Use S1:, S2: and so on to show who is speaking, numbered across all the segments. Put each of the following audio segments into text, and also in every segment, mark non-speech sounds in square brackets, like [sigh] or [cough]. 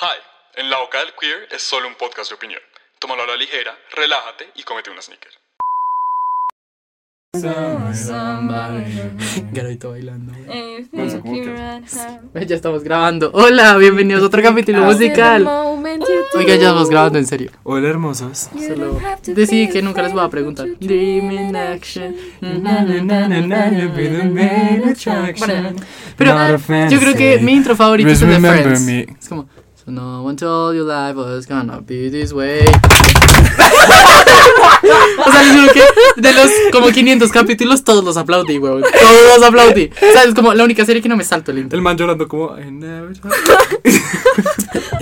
S1: Hi, en La Boca del Queer es solo un podcast de opinión. Tómalo a la ligera, relájate y cómete una sneaker.
S2: Garito bailando. Este,
S3: Bueno, como que-
S2: [laughs] Ya estamos grabando. Hola, bienvenidos a otro capítulo
S4: Ah,
S2: musical. Oiga, ya estamos grabando en serio.
S3: Hola hermosos.
S2: Solo decidí que nunca les voy a preguntar. Dream in action. Bueno, pero ah, yo creo que mi intro favorito es
S3: Just
S2: el de
S3: eh. remember
S2: Friends.
S3: me.
S2: Es como. So no one told you life was gonna be this way. [laughs] O sea, les juro que de los como 500 capítulos, todos los aplaudí, weón. Todos los aplaudí. O sea, es como la única serie que no me salto el intro.
S3: El man llorando como... "I never thought-"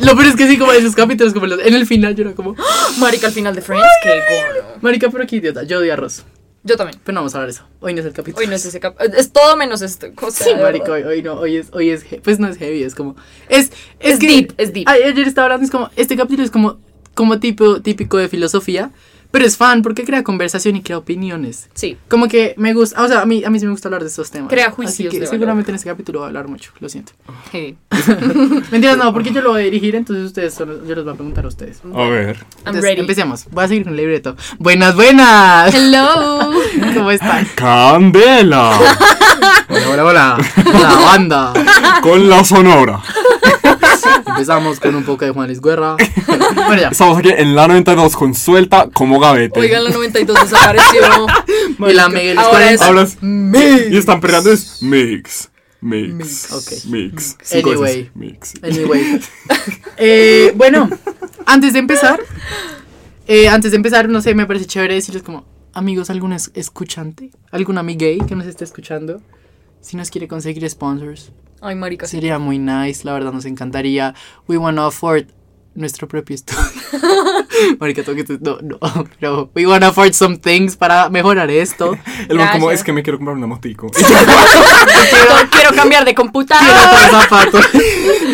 S2: Lo peor es que sí, como esos capítulos, como los- en el final yo era como, ¡Ah!
S4: Marica, al final de Friends, qué gordo.
S2: Marica, pero qué idiota, yo odio arroz.
S4: Yo también.
S2: Pero no vamos a hablar de eso. Hoy no es el capítulo.
S4: Hoy no es ese cap... Es todo menos esto. cosa
S2: Sí,
S4: de
S2: marica,
S4: verdad.
S2: hoy, hoy no, hoy es, hoy es, he- pues no es heavy, es como, es, es,
S4: Es
S2: que-
S4: deep, es deep.
S2: Ay, Ayer estaba hablando, es como, este capítulo es como, como tipo, típico de filosofía, pero es fan porque crea conversación y crea opiniones.
S4: Sí.
S2: Como que me gusta, o sea, a mí, a mí sí me gusta hablar de estos temas.
S4: Crea
S2: Así
S4: juicios
S2: que
S4: de valor.
S2: seguramente en este capítulo voy a hablar mucho, lo siento. [laughs]
S4: Hey.
S2: Mentiras, no, porque yo lo voy a dirigir, entonces ustedes, son los- yo les voy a preguntar a ustedes.
S3: [laughs] A ver.
S4: I'm
S2: Entonces,
S4: ready.
S2: Empecemos. Voy a seguir con el libreto. Buenas,
S4: [laughs]
S2: buenas.
S4: Hello.
S2: ¿Cómo están?
S3: Candela.
S2: Hola, hola, hola. La banda.
S3: Con la sonora.
S2: Empezamos con un poco de Juan Luis [laughs] Guerra. Bueno, ya.
S3: Estamos aquí en la 92 con suelta como gavete.
S4: Oigan, la 92
S2: [laughs]
S4: desapareció.
S2: Y la Miguel es
S4: Ahora es-
S2: 40.
S3: Ahora es Y están pegando es mix. Mix. Mix.
S2: Ok.
S3: Mix. Cinco veces.
S2: Anyway.
S3: Mix.
S2: Anyway. Eh, bueno, antes de empezar, eh, antes de empezar, no sé, me parece chévere decirles como, amigos, ¿algún es- escuchante? ¿Algún amiguey que nos esté escuchando? Si nos quiere conseguir sponsors,
S4: Ay, marica, sí.
S2: Sería muy nice, la verdad nos encantaría. We wanna afford nuestro propio estudio. [laughs] Marica, tengo que te- no, no, pero we wanna afford some things para mejorar esto.
S3: El man como
S4: Gracias.
S3: es que me quiero comprar una
S2: [laughs]
S3: motico.
S4: Quiero, quiero cambiar de computadora.
S2: Quiero otro zapato.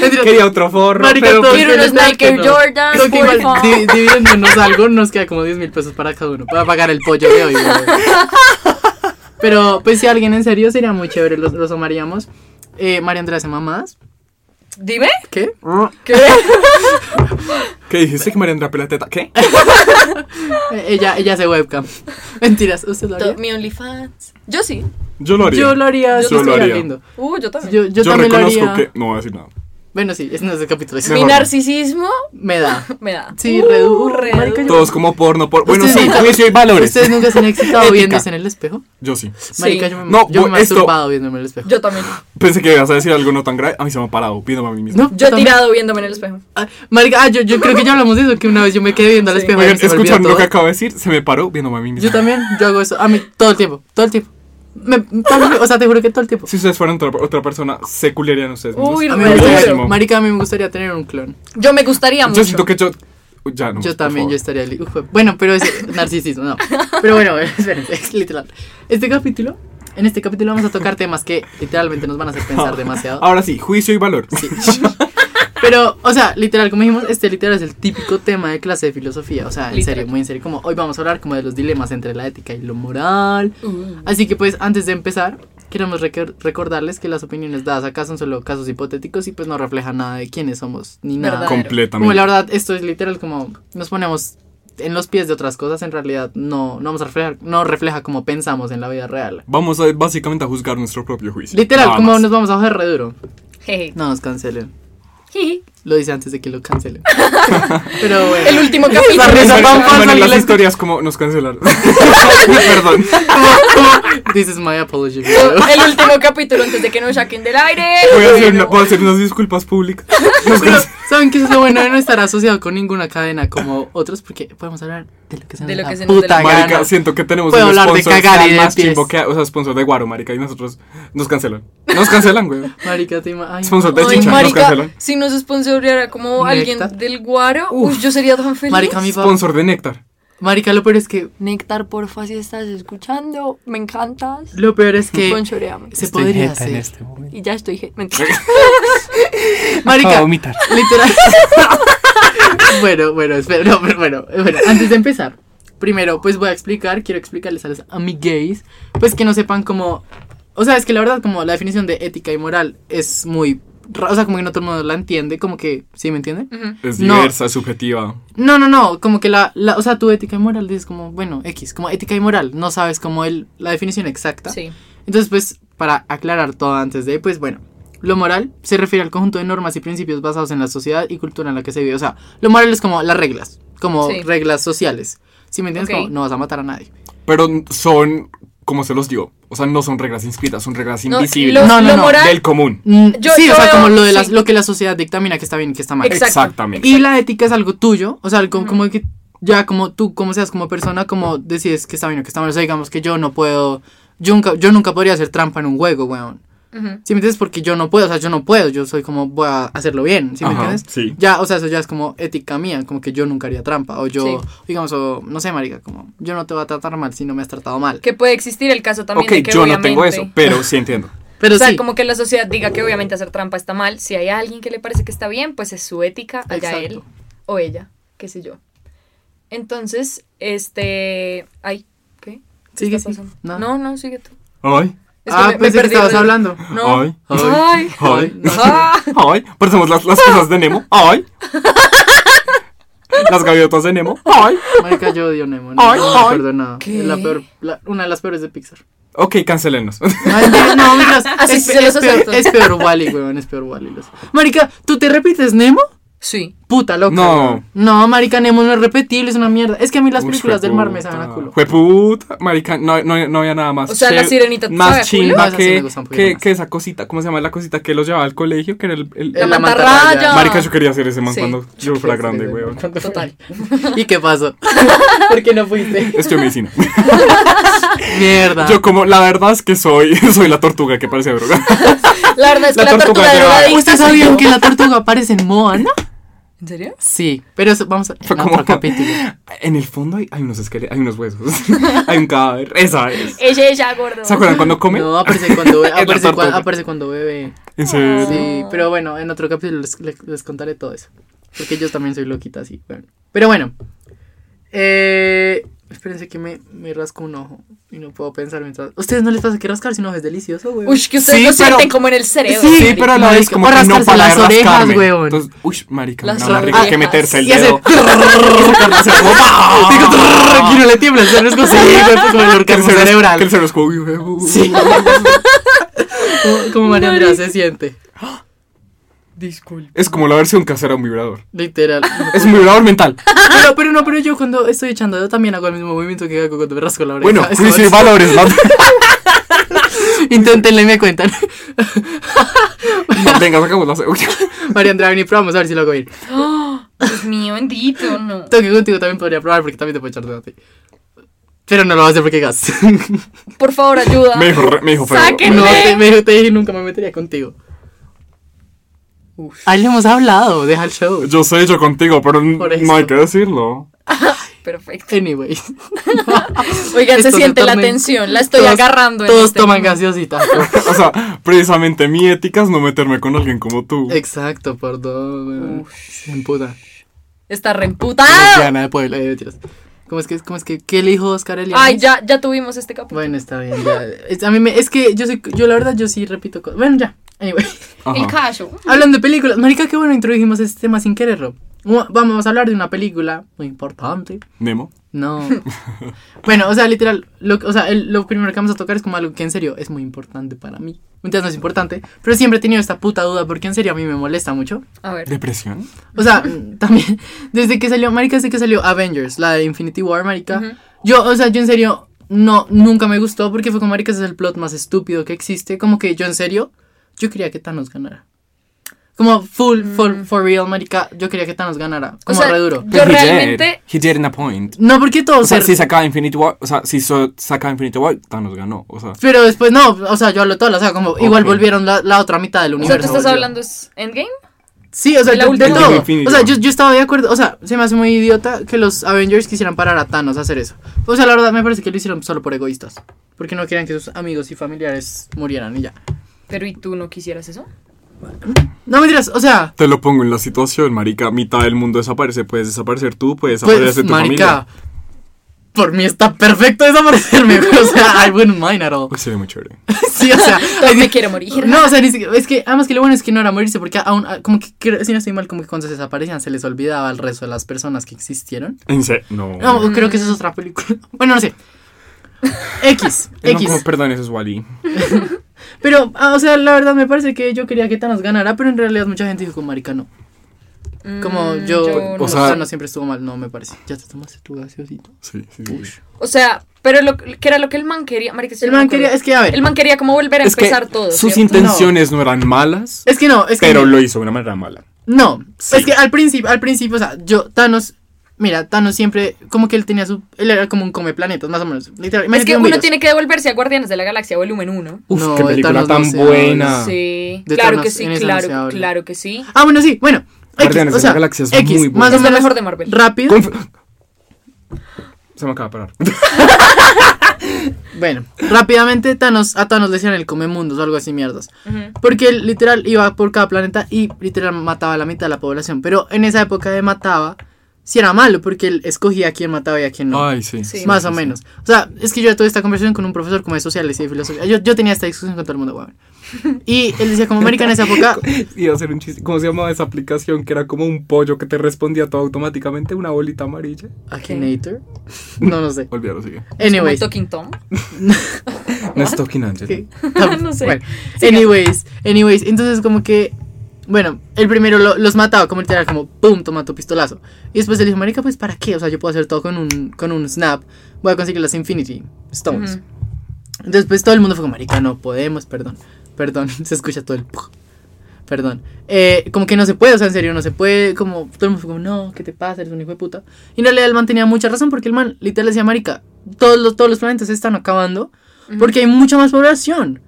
S2: Mentira,
S3: Quería otro forro.
S2: Marica,
S3: pero
S2: todo-
S4: Quiero unos
S2: Espera,
S4: Nike
S2: no.
S4: Jordan.
S2: Creo que
S4: por
S2: igual
S4: favor.
S2: di- dividiéndonos algo nos queda como 10 mil pesos para cada uno, para pagar el pollo de hoy. güey. Pero pues si alguien en serio sería muy chévere, los, los amaríamos. Eh, María Andrea hace mamás.
S4: Dime.
S2: ¿Qué?
S3: Mm.
S4: ¿Qué?
S3: ¿Qué dijiste que María Andrea pela teta? ¿Qué?
S2: Eh, ella, ella hace webcam. [laughs] Mentiras, ¿usted lo haría?
S4: Mi OnlyFans. Yo sí.
S3: Yo lo haría.
S2: Yo lo haría,
S3: Yo
S2: sí,
S3: lo
S2: estaría
S3: haría.
S2: lindo.
S4: Uh, yo también.
S2: Yo, yo
S3: Yo
S2: también lo
S3: reconozco
S2: haría.
S3: que. No voy a decir nada.
S2: Bueno, sí, ese no es el capítulo. ese-
S4: Mi
S3: Mejor.
S4: narcisismo
S2: Me da.
S4: me da.
S2: Sí,
S4: Uh,
S2: redu.
S4: re
S2: Marica,
S4: duro.
S2: yo-
S3: Todos como porno, por. Bueno,
S2: Ustedes
S3: sí,
S2: nunca-
S3: juicio y valores.
S2: ¿Ustedes nunca se han excitado
S3: Ética.
S2: viéndose en el espejo?
S3: Yo sí.
S2: Marica,
S4: Sí.
S2: yo me,
S3: No,
S2: yo me he
S3: bu- esto-
S2: masturbado viéndome en el espejo.
S4: Yo también.
S3: Pensé que ibas a decir algo no tan grave. A mí se me ha parado viéndome a mí mismo.
S2: No,
S4: Yo he
S2: también.
S4: tirado viéndome en el espejo.
S2: Ah, Marica, ah, yo, yo creo que ya hablamos de eso, que una vez yo me quedé viendo al
S4: Sí.
S2: espejo. y
S3: Oigan,
S2: se me olvidó
S3: escucharon lo
S2: todo.
S3: que acabo de decir. Se me paró viéndome a mí mismo.
S2: Yo también, yo hago eso. A mí, todo el tiempo, todo el tiempo. Me- todo el tiempo, o sea, te juro que todo el tiempo.
S3: Si ustedes fueran otra, otra persona, se culearían ustedes mismos.
S4: Uy,
S2: A
S4: no.
S2: mí me
S4: Pero-
S2: gustaría,
S3: Buenísimo.
S2: marica, a mí me gustaría tener un clon.
S4: Yo me gustaría mucho.
S3: Yo siento que yo. Uy, Ya no.
S2: Yo
S3: por
S2: también, yo
S3: favor.
S2: estaría. li- Uf, bueno, pero es narcisismo, no. Pero bueno, [laughs] espérense, es literal. Este capítulo, en este capítulo vamos a tocar temas que literalmente nos van a hacer pensar demasiado.
S3: Ahora sí, juicio y valor.
S2: Pero, o sea, literal, como dijimos, este literal es el típico tema de clase de filosofía. O sea, en
S4: Literal.
S2: serio, muy en serio. Como hoy vamos a hablar como de los dilemas entre la ética y lo moral.
S4: Uh.
S2: Así que pues antes de empezar, queremos requer- recordarles que las opiniones dadas acá son solo casos hipotéticos y pues no reflejan nada de quiénes somos ni nada.
S4: Verdad.
S2: Como
S3: Completamente.
S2: la verdad, esto es literal como nos ponemos en los pies de otras cosas, en realidad no, no vamos a reflejar, no refleja como pensamos en la vida real.
S3: Vamos a, básicamente a juzgar nuestro propio juicio.
S2: Literal,
S3: Nada
S2: como
S3: más.
S2: nos vamos a joder re duro.
S4: Jeje.
S2: No nos cancelen.
S4: Jiji.
S2: Lo dice antes de que lo cancelen. [laughs] Pero bueno.
S4: El último capítulo.
S2: La
S3: Bueno,
S2: risa
S3: bueno,
S2: pan, pan,
S3: bueno,
S2: pan,
S3: las
S2: la-
S3: historias como nos
S2: [laughs]
S3: cancelaron. Perdón.
S2: This is my apology.
S4: El último capítulo antes de que nos saquen del aire.
S3: Voy a hacer,
S4: Bueno.
S3: una- voy a hacer unas disculpas públicas.
S2: [laughs] Pero, ¿Saben qué es lo bueno de no estar asociado con ninguna cadena como otros? Porque podemos hablar de lo que se nos
S4: De lo
S2: da
S4: que se nos dé
S2: puta
S4: la
S2: gana.
S3: Marica, siento que tenemos
S2: Puedo
S3: un
S2: hablar de
S3: sponsor
S2: cagar y
S3: tan
S2: de
S3: más
S2: pies.
S3: chimbo que, o sea, sponsor de Guaro, marica, y nosotros nos cancelan. Nos cancelan, güey.
S2: [laughs] Marica, te ima- ay,
S3: Sponsor de
S2: no.
S4: Ay,
S3: chicha, nos
S4: marica,
S3: cancelan.
S4: si nos sponsoreara como alguien
S2: Néctar.
S4: del guaro, uy, yo sería tan feliz.
S2: Marica, mi fa-
S3: Sponsor de Néctar.
S2: Marica, lo peor es que.
S4: Néctar, porfa, si estás escuchando, me encantas.
S2: Lo
S4: [laughs]
S2: peor es que.
S4: Sponsoreame.
S2: Se podría hacer.
S3: momento.
S4: Y ya estoy. je- Mentira.
S2: Marica, literal. [laughs] bueno, bueno, espera, no, pero bueno, bueno, antes de empezar. Primero, pues voy a explicar, quiero explicarles a los amigues, pues que no sepan cómo, o sea, es que la verdad como la definición de ética y moral es muy ra- o sea, como que no todo el mundo la entiende, como que, ¿sí me entienden?
S4: [laughs]
S3: Es
S2: No.
S3: diversa, es subjetiva.
S2: No, no, no, como que la, la- o sea, tu ética y moral dices como, bueno, X, como ética y moral, no sabes como el, la definición exacta.
S5: Sí.
S2: Entonces, pues, para aclarar todo antes de, pues bueno, lo moral se refiere al conjunto de normas y principios basados en la sociedad y cultura en la que se vive. O sea, lo moral es como las reglas, como
S5: Sí.
S2: reglas sociales. Si me entiendes,
S5: Ok.
S2: como no vas a matar a nadie.
S3: Pero son como se los dio. O sea, no son reglas inscritas, son reglas
S5: No,
S3: invisibles
S5: lo,
S2: No, no,
S5: lo
S2: no,
S5: moral.
S3: del común.
S2: Mm,
S5: Yo-
S2: sí,
S5: yo
S2: o sea,
S5: veo-
S2: como lo, de las,
S5: sí.
S2: lo que la sociedad dictamina que está bien y que está mal.
S5: Exacto.
S3: Exactamente.
S2: Y la ética es algo tuyo, o sea, algo como que ya como tú, como seas como persona, como decides que está bien o que está mal. O sea, digamos que yo no puedo, yo nunca, yo nunca podría hacer trampa en un juego, weón.
S5: Ujú.
S2: ¿Sí me entiendes? Porque yo no puedo, o sea, yo no puedo, yo soy como, voy a hacerlo bien, ¿sí me
S3: Ajá,
S2: entiendes?
S3: sí.
S2: Ya, o sea, eso ya es como ética mía, como que yo nunca haría trampa, o yo,
S5: Sí.
S2: digamos, o, no sé, marica, como, yo no te voy a tratar mal si no me has tratado mal.
S5: Que puede existir el caso también de
S3: ok,
S5: que
S3: yo no
S5: obviamente,
S3: tengo eso, pero sí entiendo.
S2: Pero
S5: o sea,
S2: sí,
S5: como que la sociedad diga que obviamente hacer trampa está mal. Si hay alguien que le parece que está bien, pues es su ética, allá
S2: Exacto.
S5: él o ella, qué sé yo. Entonces, este... Ay, ¿qué? ¿Qué
S2: Sigue,
S5: está
S2: sigue.
S5: pasando?
S2: No.
S5: No, no, sigue tú.
S3: Ay,
S5: Es
S2: Ah,
S5: me- me
S2: pensé que
S5: perdí
S2: estabas
S5: del-
S2: hablando.
S5: No.
S3: Ay.
S2: [laughs]
S5: Ay.
S3: ay,
S2: no.
S5: Ah.
S3: ay. Parecemos las, las cosas de Nemo.
S2: [laughs]
S3: Ay. Las gaviotas de Nemo. Ay.
S2: Marica, yo odio Nemo, no,
S3: Ay,
S2: no me
S3: ay.
S2: acuerdo nada.
S5: ¿Qué?
S2: Es la peor, la- una de las peores de Pixar.
S3: Ok, cancelennos.
S2: Ay, no, no, mentiras. [laughs]
S5: Así
S2: es,
S5: se los
S2: es peor,
S5: acepto.
S2: es peor Wally, weón, es peor Wally. Marica, ¿tú te repites Nemo?
S5: [laughs] Sí.
S2: Puta loca.
S3: No.
S2: weón. No, marica, Nemo no es repetible, es una mierda. Es que a mí las
S3: Uy,
S2: películas del mar me
S3: jueputa.
S2: saben a culo.
S3: Jueputa, marica, no, no, no había nada más.
S5: O sea,
S3: che-
S5: la sirenita, ¿tú
S3: Más
S5: sabes, Julio?
S3: chimba
S2: No, esa sí me
S3: que,
S2: gusta un poquito
S3: que,
S2: más.
S3: que esa cosita, ¿cómo se llama la cosita que los llevaba al colegio? Que era el. el-
S5: La
S2: La
S5: mantarraya.
S2: mantarraya.
S3: Marica, yo quería ser ese man
S5: Sí.
S3: cuando yo fuera grande, weón.
S5: Total.
S2: [laughs] ¿Y qué pasó? [laughs] ¿Por qué no fuiste?
S3: Estoy en medicina.
S2: [laughs]
S3: [laughs]
S2: Mierda.
S3: Yo como, la verdad es que soy, [laughs] soy la tortuga que parece
S2: [laughs]
S3: droga.
S5: La verdad es que
S3: La
S5: la
S3: tortuga
S5: tortuga de
S3: lleva-
S5: drogadicta
S2: ¿Ustedes
S5: soy
S2: sabían
S5: yo.
S2: que la tortuga aparece
S3: [laughs]
S2: en Moana?
S5: ¿En serio?
S2: Sí, pero eso, vamos a en
S3: Fue como-
S2: otro capítulo.
S3: En el fondo hay, hay unos esqueletos, hay unos huesos, [laughs] hay un cadáver, esa es.
S5: Ella, ella, gordo.
S3: ¿Se acuerdan cuando [laughs] come?
S2: No,
S3: [laughs]
S2: aparece cuando,
S3: Es la
S2: aparece, cua-
S3: tortuga.
S2: aparece cuando bebe.
S3: En serio.
S2: Sí, pero bueno, en otro capítulo les, les- les contaré todo eso. Porque yo también soy loquita así. Bueno. Pero bueno. Eh, espérense que me, me rasco un ojo y no puedo pensar mientras. ¿Ustedes no les pasa que rascarse un ojo es delicioso, güey? [laughs]
S5: Uy, que ustedes
S3: Sí,
S5: lo sienten
S3: pero-
S5: como en el cerebro.
S3: Sí,
S5: marica.
S3: pero a la vez
S2: Marica,
S3: como
S2: o
S3: que no
S2: rascarse
S3: para
S2: las
S3: de
S2: orejas,
S3: rascarme.
S2: weón. Ah,
S3: Entonces, uy, marica,
S5: Las
S3: no, más rico
S5: orejas.
S3: que meterse el
S2: Y hace-
S3: dedo. [laughs] y sacarse el dedo.
S2: Digo, "Trrr", y no le tiembla, el es así, ¡Ah! güey, fue como el
S3: Que el
S2: orgasmo
S3: cerebro-
S2: cerebral.
S3: Que el cerebro es como, uy, uy, uy.
S2: Sí. Como- como María Andrea se siente.
S3: Es como la versión casera de un vibrador.
S2: [laughs] Literal.
S3: Es un vibrador
S2: [laughs]
S3: mental.
S2: Pero, pero no, pero yo cuando estoy echando dedo también hago el mismo movimiento que hago cuando me rasco la oreja.
S3: Bueno,
S2: Es
S3: juicio y
S2: como-
S3: valores.
S2: [laughs]
S3: No,
S2: Inténtenlo y me cuentan. [laughs]
S3: no, venga, sacamos la uy.
S2: María Andrea, vení, probamos a ver si lo hago bien.
S5: [gasps] Dios mío, bendito, no.
S2: Tengo que contigo también podría probar porque también te puedo echar de a ti. Pero no lo vas a hacer porque gas. [laughs]
S5: Por favor, ayuda.
S3: Me dijo, re- me dijo feo.
S5: Saquen.
S2: no, te, me, te dije nunca me metería contigo. Ahí le Ah, hemos hablado, deja el show.
S3: Yo sé, yo contigo, pero
S2: Por
S3: no
S2: eso.
S3: hay que decirlo.
S5: Perfecto.
S2: Anyway.
S5: [laughs] Oigan, se
S2: Esto
S5: siente la
S2: torna-
S5: tensión. La estoy
S2: todos-
S5: agarrando. en
S2: Todos
S5: este
S2: toman
S5: momento. [laughs]
S2: gaseosita.
S3: O sea, precisamente mi ética es no meterme con alguien como tú.
S2: Eh, Exacto, perdón. En puta.
S5: Está reemputada.
S2: Lesbiana de Puebla, eh, mentiras. ¿Cómo es que, cómo es que, qué le dijo Oscar Eliana?
S5: Ay, ya, ya tuvimos este capítulo.
S2: Bueno, está bien, ya. Es, a mí me, es que yo soy, yo la verdad, yo sí repito cosas. Bueno, ya. Anyway.
S3: Ajá.
S5: El caso.
S2: Hablando de películas, marica, qué bueno introdujimos este tema sin querer, Rob. Mu- Vamos a hablar de una película muy importante.
S3: Nemo.
S2: No. bueno, o sea, literal, lo, o sea, el- lo primero que vamos a tocar es como algo que en serio es muy importante para mí. Entonces no es importante, pero siempre he tenido esta puta duda porque en serio a mí me molesta mucho.
S5: A ver.
S3: ¿Depresión?
S2: O sea, mm, [laughs] también, desde que salió, marica, desde que salió Avengers, la de Infinity War, marica, yo, o sea, yo en serio, no, nunca me gustó porque fue como, marica, ese es el plot más estúpido que existe, como que yo en serio, yo quería que Thanos ganara. Como full, full, for real, marica, yo quería que Thanos ganara, como
S5: Mm. sea,
S2: re duro.
S5: Yo realmente-
S3: Did, he did in a point.
S2: No, porque todo
S3: O sea,
S2: ser-
S3: si sacaba Infinity War, o sea, si so- sacaba Infinity War, Thanos ganó. O sea,
S2: Pero después no, o sea, yo hablo toda la saga, como igual
S3: Ok.
S2: volvieron la, la otra mitad del
S5: O sea,
S2: universo.
S5: ¿tú estás
S2: volvió.
S5: hablando es Endgame?
S2: Sí, o sea,
S5: de la
S2: yo- de
S5: última.
S2: todo.
S3: Infinity
S2: O sea,
S3: War.
S2: yo, yo estaba de acuerdo, o sea, se me hace muy idiota que los Avengers quisieran parar a Thanos a hacer eso. O sea, la verdad me parece que lo hicieron solo por egoístas, porque no querían que sus amigos y familiares murieran y ya.
S5: Pero ¿y tú no quisieras eso?
S2: No me dirás, o sea,
S3: te lo pongo en la situación, marica. Mitad del mundo desaparece. Puedes desaparecer tú, puedes
S2: pues,
S3: desaparecer tu familia.
S2: marica, por mí está perfecto desaparecerme. [laughs] pero, o sea, I wouldn't mind at all. [laughs]
S3: Uy, se ve muy chévere.
S2: Sí, o
S5: [laughs]
S2: sea.
S5: Yo me quiero morir.
S2: [laughs] No, o sea, ni siquiera- es que, además que lo bueno es que no era morirse, porque aún, ah, como que, creo- si no estoy mal, como que cuando se desaparecían se les olvidaba al resto de las personas que existieron.
S3: En serio. No.
S2: No, creo que eso es otra película. [laughs] Bueno, no sé.
S5: [laughs]
S2: X,
S3: Eh, no, como,
S2: X.
S3: perdón, eso es Wally.
S2: Pero, ah, o sea, la verdad me parece que yo quería que Thanos ganara, pero en realidad mucha gente dijo como marica no. Como
S5: Mm,
S2: yo,
S5: yo
S2: o
S5: no.
S2: sea,
S3: sea-
S2: no siempre estuvo mal, no me parece. Ya te tomaste tu gaseosito.
S3: Sí, sí. sí.
S5: O sea, pero lo, que era lo que el man quería. Marica, sí,
S2: El
S5: no me
S2: man
S5: acuerdo.
S2: quería, es que a ver,
S5: El man quería como volver a
S3: Es que
S5: empezar todo.
S3: sus
S5: ¿cierto?
S3: intenciones no. eran malas,
S2: es que no, es que
S3: pero lo hizo de una manera mala.
S2: no, es que al principio, al principio, o sea, yo Thanos, mira, Thanos siempre como que él tenía su, él era como un come planetas, más o menos. Literal,
S5: Es
S2: imagínate
S5: que
S2: un
S5: uno
S2: virus.
S5: tiene que devolverse a Guardianes de la Galaxia volumen 1.
S3: Uf,
S2: No,
S3: qué
S2: de
S3: película
S2: Thanos
S3: tan
S2: no se
S3: buena.
S5: Sí,
S2: De
S5: claro
S2: Thanos,
S5: que sí,
S2: en esa no se
S5: claro,
S2: habla.
S5: claro que sí.
S2: Ah, bueno, sí, bueno.
S3: Guardianes de la Galaxia es
S2: X,
S3: muy buena.
S2: más o
S5: Es la
S2: menos
S5: mejor de Marvel.
S2: Rápido.
S3: Conf- Se me acaba de parar.
S2: Bueno, rápidamente Thanos, a Thanos le decían el come mundos o algo así mierdas.
S5: Ujú.
S2: Porque él literal iba por cada planeta y literal mataba a la mitad de la población. Pero en esa época de mataba, si era malo, porque él escogía a quién mataba y a quién no.
S3: Ay, sí.
S5: Sí.
S2: más
S3: sí,
S2: o
S3: sí.
S2: menos. O sea, es que yo tuve esta conversación con un profesor como de sociales y de filosofía. Yo, yo tenía esta discusión con todo el
S3: [laughs]
S2: mundo, weón. Y él decía, como América en esa época,
S3: Iba a ser un chiste. ¿Cómo se llamaba esa aplicación que era como un pollo que te respondía todo automáticamente? Una bolita amarilla.
S2: Akinator. No, no sé.
S3: Olvídalo, sigue.
S5: Como
S2: Anyways.
S5: Talking Tom.
S3: No es Talking Angel.
S2: Ok.
S5: [laughs] No sé.
S2: Bueno,
S5: Siga.
S2: anyways, anyways, entonces como que, bueno, el primero lo- los mataba, como literal, como, pum, toma tu pistolazo. Y después él dijo, marica, pues, ¿para qué? O sea, yo puedo hacer todo con un, con un snap, voy a conseguir las Infinity Stones.
S5: Ujú.
S2: Después todo el mundo fue como, marica, no podemos, perdón, perdón, [laughs] se escucha todo el... puj, Perdón. Eh, como que no se puede, o sea, en serio, no se puede. Como todo el mundo fue como, no, ¿qué te pasa? Eres un hijo de puta. Y en realidad el man tenía mucha razón porque el man literal decía, marica, todos los, todos los planetas se están acabando porque hay mucha más población.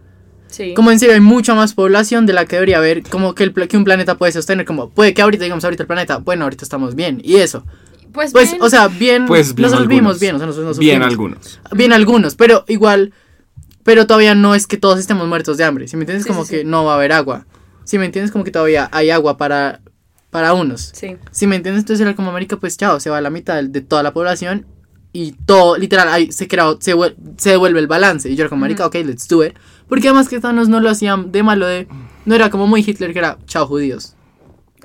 S5: Sí.
S2: Como en serio, hay mucha más población de la que debería haber, como que, el, pla- que un planeta puede sostener, como puede que ahorita digamos ahorita el planeta, bueno, ahorita estamos bien, y eso.
S5: Pues,
S2: Pues,
S5: bien.
S2: o sea, bien,
S3: Pues bien
S2: nosotros
S3: algunos.
S2: vimos bien, o sea, nosotros nos
S3: Bien
S2: sufrimos.
S3: algunos.
S2: Bien algunos, pero igual, pero todavía no es que todos estemos muertos de hambre, ¿sí me entiendes?
S5: Sí,
S2: como
S5: sí,
S2: que
S5: sí.
S2: no va a haber agua, ¿sí me entiendes? Como que todavía hay agua para, para unos,
S5: sí.
S2: si me entiendes, entonces era como América, pues chao, se va la mitad del- de, toda la población y todo, literal, ahí se creó, se, vuel- se devuelve el balance. Y yo era como América, ok, let's do it. Porque además que Thanos no lo hacían de malo de. No era como muy Hitler que era chao judíos.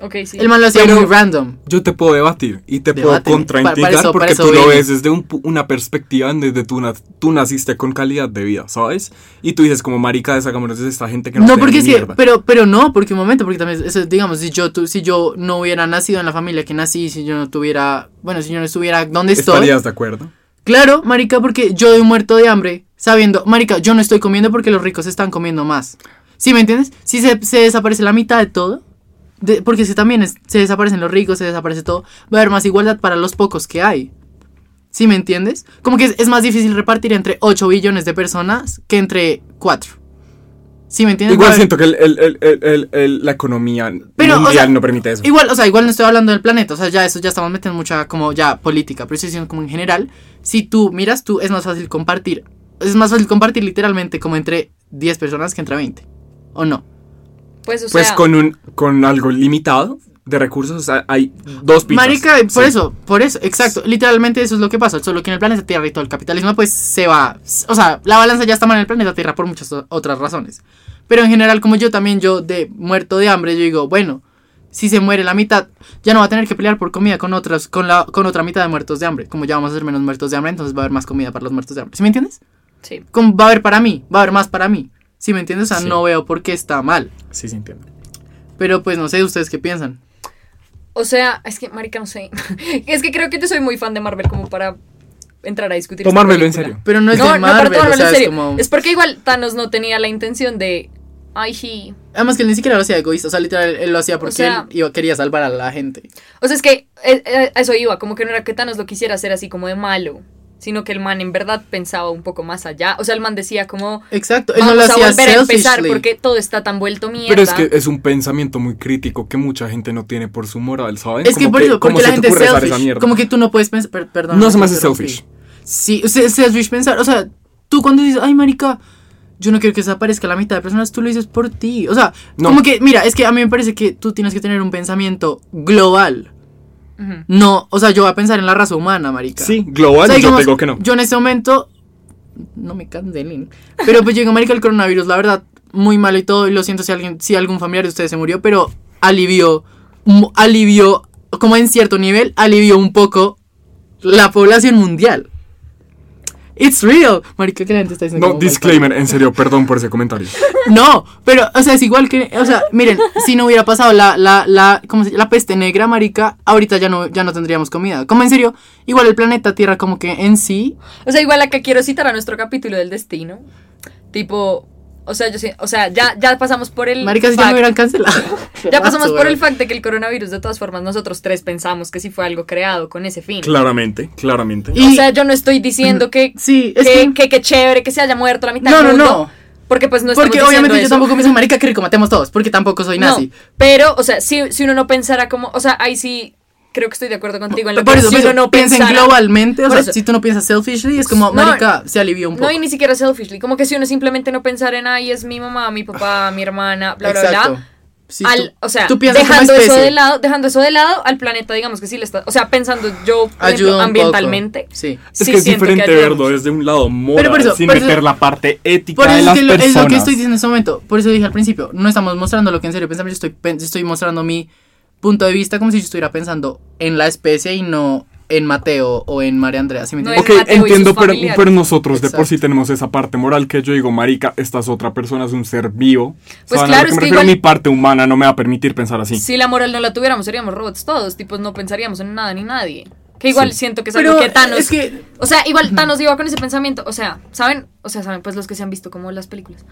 S5: Ok, sí.
S2: El man lo hacía
S3: Pero-
S2: muy random.
S3: Yo te puedo debatir y te
S2: Debáteme.
S3: puedo
S2: Pa-
S3: contraindicar
S2: para eso- para
S3: porque
S2: eso
S3: tú lo
S2: vine.
S3: ves desde un pu- una perspectiva en desde tú, na- tú naciste con calidad de vida, ¿sabes? Y tú dices como marica deshagámonos de esta gente que no
S2: No,
S3: tiene
S2: porque es que,
S3: mierda.
S2: pero, pero no, porque un momento, porque también, eso, digamos, si yo, tu- si yo no hubiera nacido en la familia que nací, si yo no tuviera, bueno, si yo no estuviera donde estoy,
S3: ¿Estarías de acuerdo?
S2: claro, marica, porque yo doy muerto de hambre, sabiendo, marica, yo no estoy comiendo porque los ricos están comiendo más. ¿Sí me entiendes? Si se, se desaparece la mitad de todo, de- porque si también es- se desaparecen los ricos, se desaparece todo, va a haber más igualdad para los pocos que hay. ¿Sí me entiendes? Como que es, es más difícil repartir entre 8 billones de personas que entre 4. ¿Sí me entiendes?
S3: Igual
S2: Va a haber-
S3: siento que el- el- el- el- el- el- la economía
S2: Pero, o
S3: mundial
S2: sea,
S3: no permite eso.
S2: Igual, o sea, igual no estoy hablando del planeta, o sea, ya eso ya estamos metiendo mucha como ya política, pero estoy diciendo como en general, si tú miras tú es más fácil compartir, es más fácil compartir literalmente como entre 10 personas que entre 20, ¿o no?
S5: pues, o sea,
S3: pues con un con algo limitado de recursos o sea, hay dos pizzas.
S2: Marica, por
S3: Sí.
S2: eso, por eso, exacto, literalmente eso es lo que pasa, solo que en el planeta Tierra y todo el capitalismo pues se va, o sea, la balanza ya está mal en el planeta Tierra por muchas o- otras razones, pero en general como yo también, yo de muerto de hambre, yo digo, bueno, si se muere la mitad, ya no va a tener que pelear por comida con otras, con la, con otra mitad de muertos de hambre, como ya vamos a ser menos muertos de hambre, entonces va a haber más comida para los muertos de hambre, ¿sí me entiendes?
S5: sí.
S2: Como va a haber para mí, va a haber más para mí, ¿sí me entiendes? O sea,
S3: Sí.
S2: no veo por qué está mal,
S3: Sí, sí entiendo.
S2: pero pues no sé, ¿ustedes qué piensan?
S5: O sea, es que, marica, no sé. [laughs] es que creo que yo soy muy fan de Marvel como para entrar a discutir. esta
S3: Tomármelo en
S5: película.
S3: serio.
S2: Pero no es de
S5: para
S2: Marvel,
S5: tomármelo
S2: o sea,
S5: en
S2: es
S5: serio.
S2: como...
S5: Es porque igual Thanos no tenía la intención de. Ay, sí.
S2: Además que él ni siquiera lo hacía egoísta, o sea, literal, él lo hacía porque
S5: sea-
S2: él iba- quería salvar a la gente.
S5: O sea, es que eh, eh, a eso iba, como que no era que Thanos lo quisiera hacer así como de malo, sino que el man en verdad pensaba un poco más allá. O sea, el man decía como.
S2: Exacto, él
S5: Vamos
S2: no lo
S5: a
S2: hacía
S5: volver a empezar
S2: selfishly.
S5: porque todo está tan vuelto mierda.
S3: Pero es que eh, es un pensamiento muy crítico que mucha gente no tiene por su moral, ¿sabes?
S2: Es que
S3: Como
S2: por eso,
S3: ¿cómo
S2: porque la
S3: se te
S2: gente es
S3: ocurre rezar esa
S2: selfish.
S3: mierda?
S2: Como que tú no puedes pensar, per- perdón.
S3: No
S2: te
S3: se me hace
S2: interrumpí.
S3: selfish.
S2: Sí, o sea, es selfish pensar, o sea, tú cuando dices, ay, marica, yo no quiero que desaparezca la mitad de personas, tú lo dices por ti. O sea,
S3: No.
S2: como que, mira, es que a mí me parece que tú tienes que tener un pensamiento global.
S5: Ujú.
S2: No, o sea, yo voy a pensar en la raza humana, marica.
S3: Sí,
S2: O
S3: global,
S2: sea,
S3: yo
S2: digamos,
S3: te digo que no.
S2: Yo en este momento, no me cancelen, pero pues llegó marica el coronavirus, la verdad, muy malo y todo, y lo siento si alguien, si algún familiar de ustedes se murió, pero alivió, mu- alivió, como en cierto nivel, alivió un poco la población mundial. It's real, marica, que la gente está diciendo.
S3: No,
S2: como,
S3: disclaimer, en serio, perdón por ese
S5: [laughs]
S3: comentario.
S2: no, pero, o sea, es igual que, o sea, miren, si no hubiera pasado la, la, la, ¿cómo se llama? La peste negra, marica, ahorita ya no, ya no tendríamos comida. Como en serio, igual el planeta Tierra como que en sí,
S5: O sea, igual acá quiero citar a nuestro capítulo del destino. Tipo, o sea, yo sé- o sea, ya, ya pasamos por el
S2: marica, si ya
S5: fact-
S2: me hubieran cancelado.
S5: [laughs] ya pasamos por el fact de que el coronavirus, de todas formas, nosotros tres pensamos que sí fue algo creado con ese fin.
S3: Claramente, claramente.
S2: Y-
S5: O sea, yo no estoy diciendo que
S2: [laughs] Sí, es
S5: que,
S2: que-
S5: que, que chévere que se haya muerto la mitad
S2: No,
S5: del
S2: no,
S5: mundo.
S2: no.
S5: Porque pues no
S2: Porque
S5: estamos diciendo
S2: obviamente yo
S5: eso.
S2: tampoco me hice marica, que rico, matemos todos, porque tampoco soy
S5: No,
S2: nazi.
S5: pero, o sea, si, si uno no pensara como, o sea, ahí sí creo que estoy de acuerdo contigo en lo
S2: Por
S5: que
S2: eso,
S5: si
S2: por eso,
S5: uno no
S2: piensen
S5: pensara-
S2: globalmente, o
S5: Por
S2: sea,
S5: eso.
S2: si tú no piensas selfishly, es como,
S5: No,
S2: marica, se alivió un poco.
S5: No, y ni siquiera selfishly, como que si uno simplemente no pensara en, ay, es mi mamá, mi papá, mi hermana, bla, bla,
S2: Exacto.
S5: bla.
S2: Sí,
S5: al-
S2: tú-
S5: o sea,
S2: tú piensas como
S5: dejando eso
S2: especie.
S5: de lado, dejando eso de lado al planeta, digamos que sí le está, o sea, pensando yo por ejemplo,
S2: Ayuda un
S5: ambientalmente.
S2: poco, sí.
S3: Es
S5: sí
S3: que es
S5: siento
S3: diferente
S5: ayuda
S3: verlo eh,
S5: mucho.
S3: desde un lado moral,
S2: Pero por eso-
S3: sin
S2: por eso-
S3: meter la parte ética
S2: Por
S3: de
S2: eso es,
S3: las
S2: que lo, es
S3: personas.
S2: lo que estoy diciendo en este momento. Por eso dije al principio, no estamos mostrando lo que en serio pensamos. Yo estoy, pen- estoy mostrando mi punto de vista como si yo estuviera pensando en la especie y no en Mateo o en María Andrea. ¿sí me
S5: No
S2: entiendes?
S3: Ok,
S5: Mateo y sus
S3: entiendo, pero,
S5: familiares.
S3: pero nosotros de por
S2: Exacto.
S3: sí tenemos esa parte moral que yo digo, marica, esta es otra persona, es un ser vivo.
S5: Pues
S3: ¿Saben a lo
S5: claro,
S3: que
S5: es
S3: me
S5: que
S3: refiero?
S5: igual-
S3: Mi parte humana no me va a permitir pensar así.
S5: Si la moral no la tuviéramos, seríamos robots todos, tipos no pensaríamos en nada ni nadie. Que igual
S3: Sí.
S5: siento que es
S2: Pero
S5: algo que Thanos.
S2: es que-
S5: O sea, igual Thanos iba con ese pensamiento. O sea, ¿saben? O sea, saben, pues los que se han visto como las películas.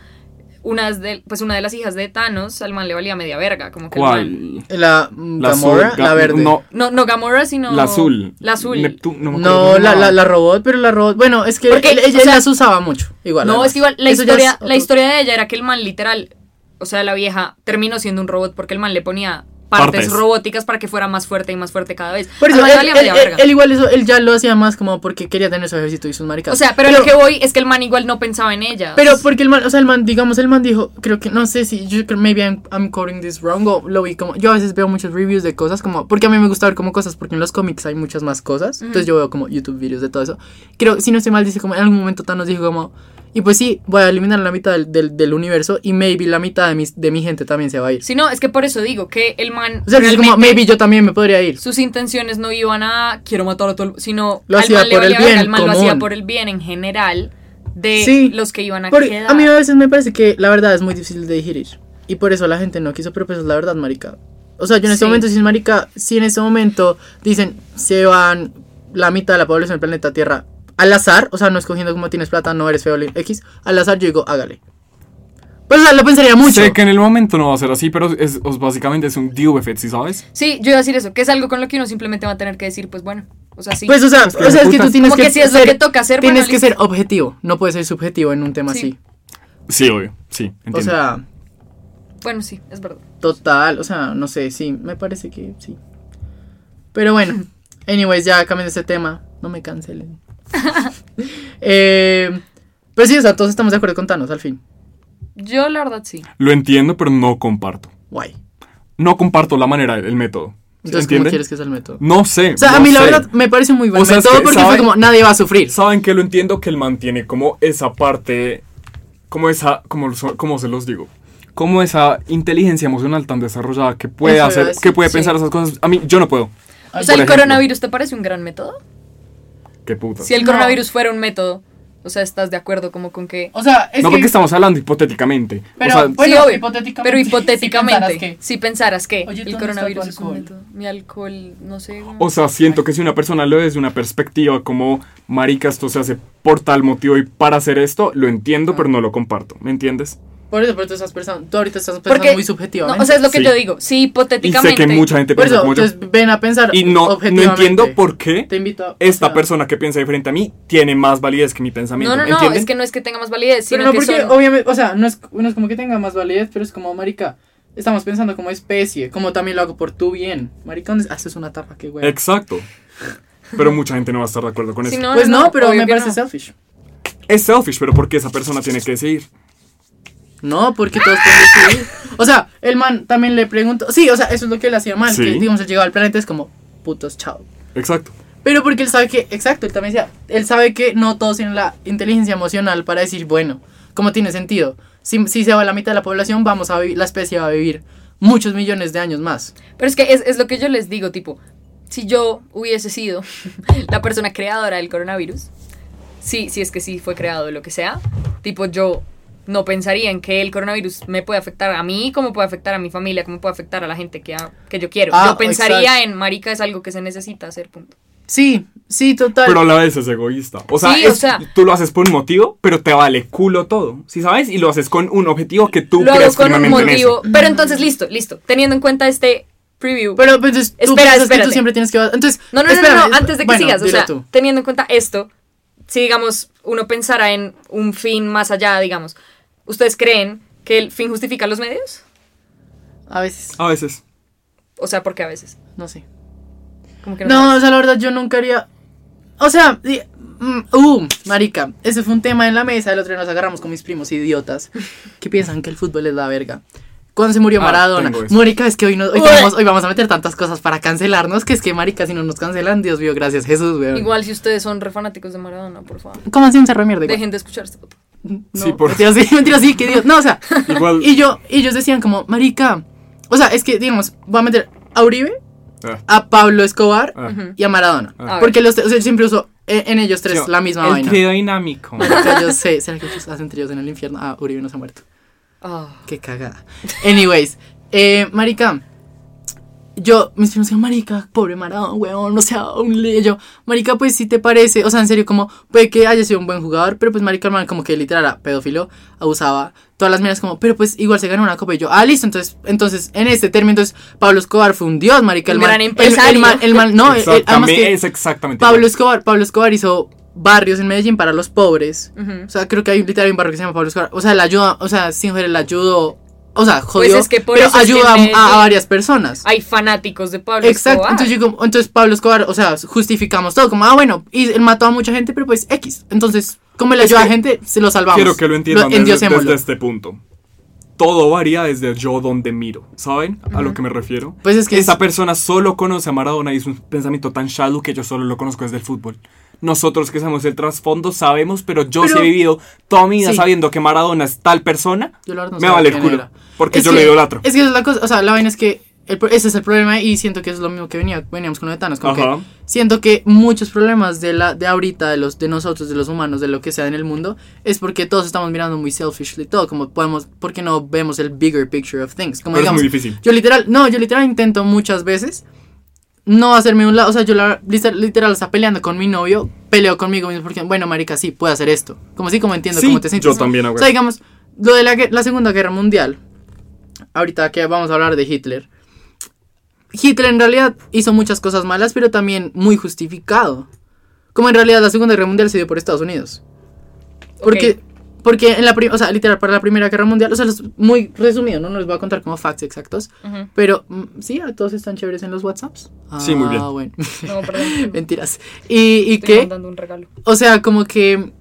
S5: Una de, pues una de las hijas de Thanos, al man le valía media verga. Como que el man-
S3: ¿Cuál?
S2: La mm,
S3: La azul,
S2: Gamora,
S3: ga-
S2: la verde.
S3: No,
S5: No, no Gamora, sino.
S3: la azul.
S5: La azul.
S3: Neptuno, no, me acuerdo
S2: No,
S3: cómo
S2: la,
S3: se
S2: la, la
S3: llamaba.
S2: robot, pero la robot. Bueno, es que
S5: Porque,
S2: él- ella
S5: o sea-
S2: las usaba mucho. Igual.
S5: no,
S2: además.
S5: es que igual la
S2: Eso ya
S5: historia,
S2: es
S5: la
S2: otro-
S5: historia de ella era que el man literal, o sea, la vieja terminó siendo un robot porque el man le ponía partes,
S3: Partes.
S5: robóticas para que fuera más fuerte y más fuerte cada vez.
S2: Por eso,
S5: Al
S2: él,
S5: man le valía
S2: él-
S5: media
S2: él-
S5: verga.
S2: él igual eso, él ya lo hacía más como porque quería tener su ejército y sus maricas.
S5: o sea, pero, lo que voy es que el man igual no pensaba en ella.
S2: Pero porque el man, o sea, el man, digamos, el man dijo, creo que, no sé si, yo creo, maybe I'm, I'm quoting this wrong, o lo vi como, yo a veces veo muchos reviews de cosas, como, porque a mí me gusta ver como cosas, porque en los cómics hay muchas más cosas, entonces yo veo como YouTube videos de todo eso. Creo, si no estoy mal, dice como, en algún momento Thanos dijo como, y pues sí, voy a eliminar la mitad del, del, del universo, y maybe la mitad de, mis, de mi gente también se va a ir.
S5: Si no, es que por eso digo que el man.
S2: O sea, es como,
S5: realmente
S2: maybe yo también me podría ir.
S5: Sus intenciones no iban a quiero matar a todo el sino
S2: Lo
S5: al
S2: hacía
S5: man le
S2: por el
S5: valía verga,
S2: bien
S5: al man lo
S2: común.
S5: hacía por el bien en general de
S2: Sí.
S5: los que iban a
S2: Porque
S5: quedar.
S2: a mí a veces me parece que la verdad es muy difícil de digerir. Y por eso la gente no quiso, pero pues es la verdad, marica. O sea, yo en este
S5: Sí.
S2: momento, si es marica, si en este momento dicen se van la mitad de la población del planeta Tierra al azar, o sea, no escogiendo como tienes plata, no eres feo, li- X, al azar yo digo, hágale. Pues o sea, lo pensaría mucho.
S3: Sé que en el momento no va a ser así, pero es, es- básicamente es un deal effect, E ¿sí sabes?
S5: Sí, yo iba a decir eso, que es algo con lo que uno simplemente va a tener que decir, pues bueno, o sea, sí.
S2: Pues, o sea,
S3: que
S2: o sea, es que tú
S3: putas.
S2: tienes
S5: Como que si es lo
S2: ser-
S5: que toca hacer,
S2: Tienes
S5: bueno,
S2: que ser objetivo, no puedes ser subjetivo en un tema
S5: Sí,
S2: así.
S3: Sí, obvio. Sí, entiendo.
S2: O sea,
S5: bueno, sí, es verdad.
S2: Total, o sea, no sé, sí, me parece que sí.
S3: [laughs]
S2: Pero bueno, anyways, ya cambien de ese tema, no me cancelen. [laughs] Eh, pero sí, o sea, todos estamos de acuerdo con Thanos, al fin.
S5: Yo la verdad sí.
S3: Lo entiendo, pero no comparto.
S2: Guay.
S3: No comparto la manera, el método.
S2: Entonces, ¿cómo
S3: ¿Entienden?
S2: quieres que sea el método?
S3: No sé.
S2: O sea, a
S3: no
S2: mí la
S3: sé.
S2: verdad me parece muy buen
S3: O sea, es
S2: método
S3: que,
S2: porque fue
S3: ¿saben?
S2: como nadie va a sufrir.
S3: Saben que lo entiendo que él mantiene como esa parte, como esa, como, so- como se los digo, como esa inteligencia emocional tan desarrollada que puede
S2: Eso iba a
S3: hacer,
S2: decir,
S3: que puede
S5: sí.
S3: pensar esas cosas. A mí, yo no puedo.
S5: O sea,
S3: Por
S5: ¿el
S3: ejemplo.
S5: coronavirus te parece un gran método?
S3: Qué puta.
S5: Si el
S2: Pues, No.
S5: coronavirus fuera un método, o sea, ¿estás de acuerdo como con que...
S2: O sea, es
S3: no porque estamos hablando hipotéticamente.
S2: Pero,
S3: o sea,
S2: pues- Bueno,
S5: Sí, obvio,
S2: hipotéticamente,
S5: Pero
S2: si
S5: hipotéticamente,
S2: pensaras que-
S5: si pensaras que,
S2: Oye, ¿tú
S5: el
S2: dónde está
S5: coronavirus
S2: tu
S5: es un
S2: alcohol?
S5: método. Mi alcohol, no sé. güey.
S3: o sea, siento que si una persona lo ve desde una perspectiva como marica, esto se hace por tal motivo y para hacer esto, lo entiendo, pero no lo comparto. ¿Me entiendes?
S2: Por eso, por eso estás pensando, tú ahorita estás pensando muy subjetivamente.
S5: no, o sea, es lo que
S3: Sí.
S5: yo digo. Si
S3: Y sé
S5: hipotéticamente...
S3: que mucha gente
S2: por
S3: piensa
S2: eso,
S3: como yo.
S2: entonces ven a pensar
S3: Y no, no
S2: objetivamente.
S3: entiendo por qué
S2: Te invito a- o
S3: esta
S2: sea,
S3: persona que piensa diferente a mí tiene más validez que mi pensamiento.
S5: No, no, no,
S3: ¿entienden?
S5: es que no es que tenga más validez,
S2: Pero no,
S5: sino que
S2: porque
S5: son...
S2: obviamente, o sea, no es, no es como que tenga más validez, pero es como, marica, estamos pensando como especie, como también lo hago por tu bien. Marica, ¿dónde haces una tapa? Qué güey.
S3: Exacto. Pero mucha gente no va a estar de acuerdo
S5: [laughs]
S3: con
S5: Sí,
S3: eso.
S5: no,
S2: pues no, pero
S5: obvio
S2: me
S5: que
S2: parece
S5: no.
S2: selfish.
S3: Es selfish, pero porque esa persona tiene que decidir.
S2: No, porque todos pueden decidir. O sea, el man también le preguntó. Sí, o sea, eso es lo que él hacía mal.
S3: Sí.
S2: Que, digamos, él llegaba al planeta, es como, putos, chao.
S3: Exacto.
S2: Pero porque él sabe que, exacto, él también decía, él sabe que no todos tienen la inteligencia emocional para decir, bueno, como tiene sentido? Si, si se va la mitad de la población, vamos a vivir, la especie va a vivir muchos millones de años más.
S5: Pero es que es, es lo que yo les digo, tipo, si yo hubiese sido [laughs] la persona creadora del coronavirus, sí, sí es que sí fue creado lo que sea, tipo yo no pensaría en que el coronavirus me puede afectar a mí, como puede afectar a mi familia, como puede afectar a la gente que, a- que yo quiero.
S2: Ah,
S5: yo pensaría
S2: exacto.
S5: en, marica, es algo que se necesita hacer, punto.
S2: Sí, sí, total.
S3: Pero a la vez es egoísta. O sea,
S5: Sí, o
S3: es-
S5: sea-
S3: tú lo haces por un motivo, pero te vale culo todo. ¿Sí sabes? Y lo haces con un objetivo que tú
S5: Lo hago
S3: creas
S5: con un
S3: firmemente en
S5: motivo.
S3: eso.
S5: Pero
S2: Mm.
S5: entonces, listo, listo. Teniendo en cuenta este preview.
S2: Pero pues, entonces, tú
S5: Espera,
S2: piensas que tú
S5: espérate.
S2: siempre tienes que... Entonces,
S5: no, no, no, no,
S2: espérame,
S5: no,
S2: esp-
S5: antes de que
S2: bueno,
S5: sigas. O
S2: dilo
S5: sea,
S2: tú.
S5: teniendo en cuenta esto, si digamos, uno pensara en un fin más allá, digamos, ¿ustedes creen que el fin justifica los medios?
S2: A veces,
S3: A veces.
S5: O sea, porque a veces.
S2: no sé.
S5: Como que no.
S2: No, o sea, la verdad yo nunca haría. O sea, di- mm, uh, marica, ese fue un tema en la mesa. El otro día nos agarramos con mis primos idiotas que piensan que el fútbol es la verga. Cuando se murió
S3: Ah,
S2: Maradona,
S3: tengo eso.
S2: marica, es que hoy, no, hoy, tenemos- hoy vamos a meter tantas cosas para cancelarnos que es que, marica, si no nos cancelan, Dios mío, gracias Jesús, weón.
S5: Igual si ustedes son re fanáticos de Maradona, por favor.
S2: ¿Cómo así un cerro de mierda? igual?
S5: Dejen de escuchar este podcast.
S2: No,
S3: Sí, por-
S2: mentira, sí, mentira, sí, que Dios. No, o sea,
S5: [laughs]
S3: Igual.
S2: y yo, y ellos decían como, marica, o sea, es que, digamos, voy a meter a Uribe,
S3: Ah,
S2: a Pablo Escobar
S3: ah.
S2: y a Maradona.
S5: A ver.
S2: Porque los, tres- o sea, siempre uso eh, en ellos tres
S3: Yo,
S2: la misma
S3: el
S2: vaina.
S3: trío dinámico.
S2: Marica, yo sé, ¿será que ellos hacen tríos en el infierno? Ah, Uribe no se ha muerto.
S5: Ah.
S2: Qué cagada. Anyways, eh, Marica, yo, mis primos dijeron, Marica, pobre Maradona, weón, o sea, un le-". yo, Marica, pues si te parece, o sea, en serio, como, puede que haya sido un buen jugador, pero pues Marica, el man como que literal era pedófilo, abusaba, todas las miras como, pero pues igual se ganó una copa y yo, ah, listo, entonces, entonces, en este término, entonces, Pablo Escobar fue un dios, Marica, el
S5: Un
S2: man.
S5: gran
S2: el- el
S5: empresario.
S2: man- el man-
S5: eh,
S2: no, el- el- además
S3: Exactamente,
S2: que-
S3: es exactamente.
S2: Pablo
S3: igual.
S2: Escobar, Pablo Escobar hizo barrios en Medellín para los pobres.
S5: Ujú.
S2: O sea, creo que hay literalmente un barrio que se llama Pablo Escobar. O sea, la ayuda, o sea, sin joder, la ayudó. O sea, jodió.
S5: Pues es que por
S2: pero
S5: eso es que
S2: ayuda
S5: en
S2: a, a
S5: Medellín-
S2: varias personas.
S5: Hay fanáticos de Pablo
S2: Exacto.
S5: Escobar.
S2: Entonces, yo como- entonces Pablo Escobar, o sea, justificamos todo. Como, ah, bueno, y él mató a mucha gente, pero pues X. Entonces, como le ayuda a gente, se lo salvamos.
S3: Quiero que lo entiendan desde-
S2: endiosémoslo.
S3: desde este punto. Todo varía desde yo donde miro, ¿saben? A lo que me refiero.
S2: Pues es que
S3: esa
S2: es-
S3: persona solo conoce a Maradona y es un pensamiento tan shallow que yo solo lo conozco desde el fútbol. Nosotros que sabemos el trasfondo sabemos, pero yo sí
S2: Pero-
S3: he vivido toda mi vida
S2: Sí.
S3: sabiendo que Maradona es tal persona.
S2: Yo la verdad no
S3: me
S2: sabía
S3: va a valer
S2: quién
S3: culo.
S2: era.
S3: Porque
S2: Es
S3: yo
S2: que-
S3: lo idolatro.
S2: Es que esa es la cosa, o sea, la vaina es que el pro- ese es el problema y siento que eso es lo mismo que venía, veníamos con los Thanos, como
S3: Ajá.
S2: que siento que muchos problemas de la de ahorita de los de nosotros, de los humanos, de lo que sea en el mundo es porque todos estamos mirando muy selfishly todo, como podemos porque no vemos el bigger picture of things, como
S3: Pero es
S2: digamos,
S3: muy difícil.
S2: yo literal, no, yo literal intento muchas veces no hacerme un lado, o sea, yo la, literal, literal está peleando con mi novio, peleo conmigo mismo porque, bueno, marica, sí, puedo hacer esto. Como sí, como entiendo
S3: Sí,
S2: cómo te sientes.
S3: yo también,
S2: O
S3: güey.
S2: sea, digamos, lo de la, gue- la Segunda Guerra Mundial, ahorita que vamos a hablar de Hitler. Hitler en realidad hizo muchas cosas malas, pero también muy justificado. Como en realidad la Segunda Guerra Mundial se dio por Estados Unidos. Porque, porque en la primera, o sea, literal, para la Primera Guerra Mundial, o sea, es muy resumido, ¿no? No les voy a contar como facts exactos.
S5: Ujú.
S2: Pero, mm, sí, a todos están chéveres en los WhatsApps.
S3: Sí, muy bien.
S2: Ah, bueno. [laughs]
S5: No, perdón.
S2: Mentiras. ¿Y, y
S5: Estoy
S2: qué?
S5: mandando un regalo.
S2: O sea, como que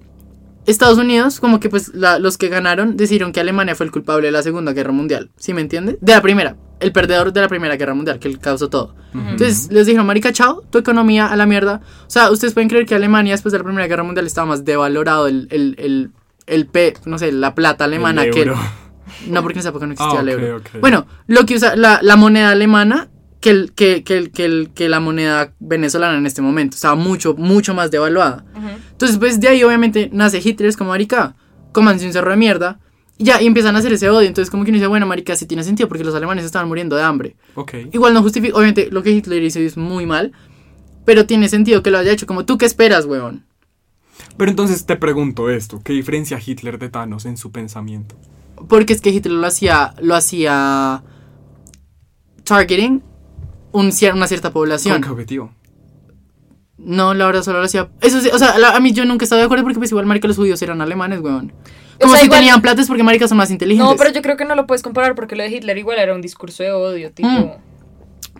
S2: Estados Unidos, como que pues la- los que ganaron decidieron que Alemania fue el culpable de la Segunda Guerra Mundial, ¿sí me entiende? De la primera, el perdedor de la Primera Guerra Mundial, que él causó todo. Entonces les dijeron, marica, chao, tu economía a la mierda. O sea, ustedes pueden creer que Alemania después de la Primera Guerra Mundial estaba más devalorado el, el, el, el P, no sé, la plata alemana
S3: El
S2: que...
S3: euro.
S2: [laughs] No, porque en esa época no existía
S3: Ah,
S2: el
S3: ok,
S2: euro.
S3: ok.
S2: Bueno, lo que usa la, la moneda alemana que, el, que, que, el- que, el- que la moneda venezolana en este momento. Estaba mucho, mucho más devaluada. Entonces, pues de ahí obviamente nace Hitler, es como, marica, cómanse un cerro de mierda. Y ya, y empiezan a hacer ese odio. Entonces, como que uno dice, bueno, marica, sí tiene sentido porque los alemanes estaban muriendo de hambre.
S3: Ok.
S2: Igual no justifica, obviamente lo que Hitler hizo es muy mal, pero tiene sentido que lo haya hecho. Como, ¿tú qué esperas, weón?
S3: Pero entonces te pregunto esto, ¿qué diferencia Hitler de Thanos en su pensamiento?
S2: Porque es que Hitler lo hacía, lo hacía targeting un cier- una cierta
S3: ¿Con
S2: población.
S3: qué objetivo?
S2: No, la verdad solo lo hacía. Eso sí, o sea, la- a mí yo nunca estaba de acuerdo porque pues igual marica los judíos eran alemanes, weón.
S5: O
S2: Como
S5: sea,
S2: si
S5: igual-
S2: tenían plata es porque maricas son más inteligentes.
S5: No, pero yo creo que no lo puedes comparar porque lo de Hitler igual era un discurso de odio, tipo.
S2: Mm.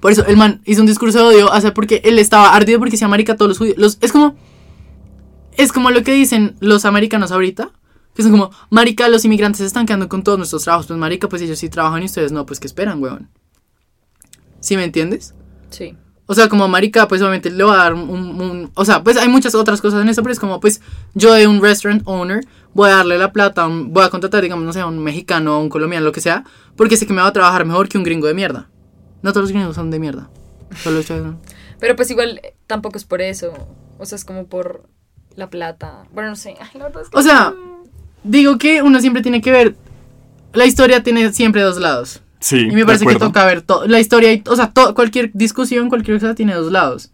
S2: Por eso el man hizo un discurso de odio, o sea, porque él estaba ardido porque decía marica todos los judíos. Los, es como es como lo que dicen los americanos ahorita, que son como, marica, los inmigrantes se están quedando con todos nuestros trabajos, pues marica, pues ellos sí trabajan y ustedes no, pues qué esperan, weón. ¿Sí me entiendes?
S5: Sí.
S2: O sea, como marica, pues obviamente le va a dar un, un- O sea, pues hay muchas otras cosas en eso, pero es como, pues yo de un restaurant owner voy a darle la plata, a un- voy a contratar, digamos, no sé, a un mexicano, a un colombiano, lo que sea, porque sé que me va a trabajar mejor que un gringo de mierda. No todos los gringos son de mierda. Solo yo, ¿no?
S5: Pero pues igual eh, tampoco es por eso. O sea, es como por la plata. Bueno, no sé. [laughs] Ay, la verdad es que
S2: O sea, digo que uno siempre tiene que ver. La historia tiene siempre dos lados.
S3: Sí.
S2: Y me
S3: de
S2: parece que
S3: acuerdo.
S2: toca ver todo. La historia, y- o sea, to- cualquier discusión, cualquier cosa tiene dos lados.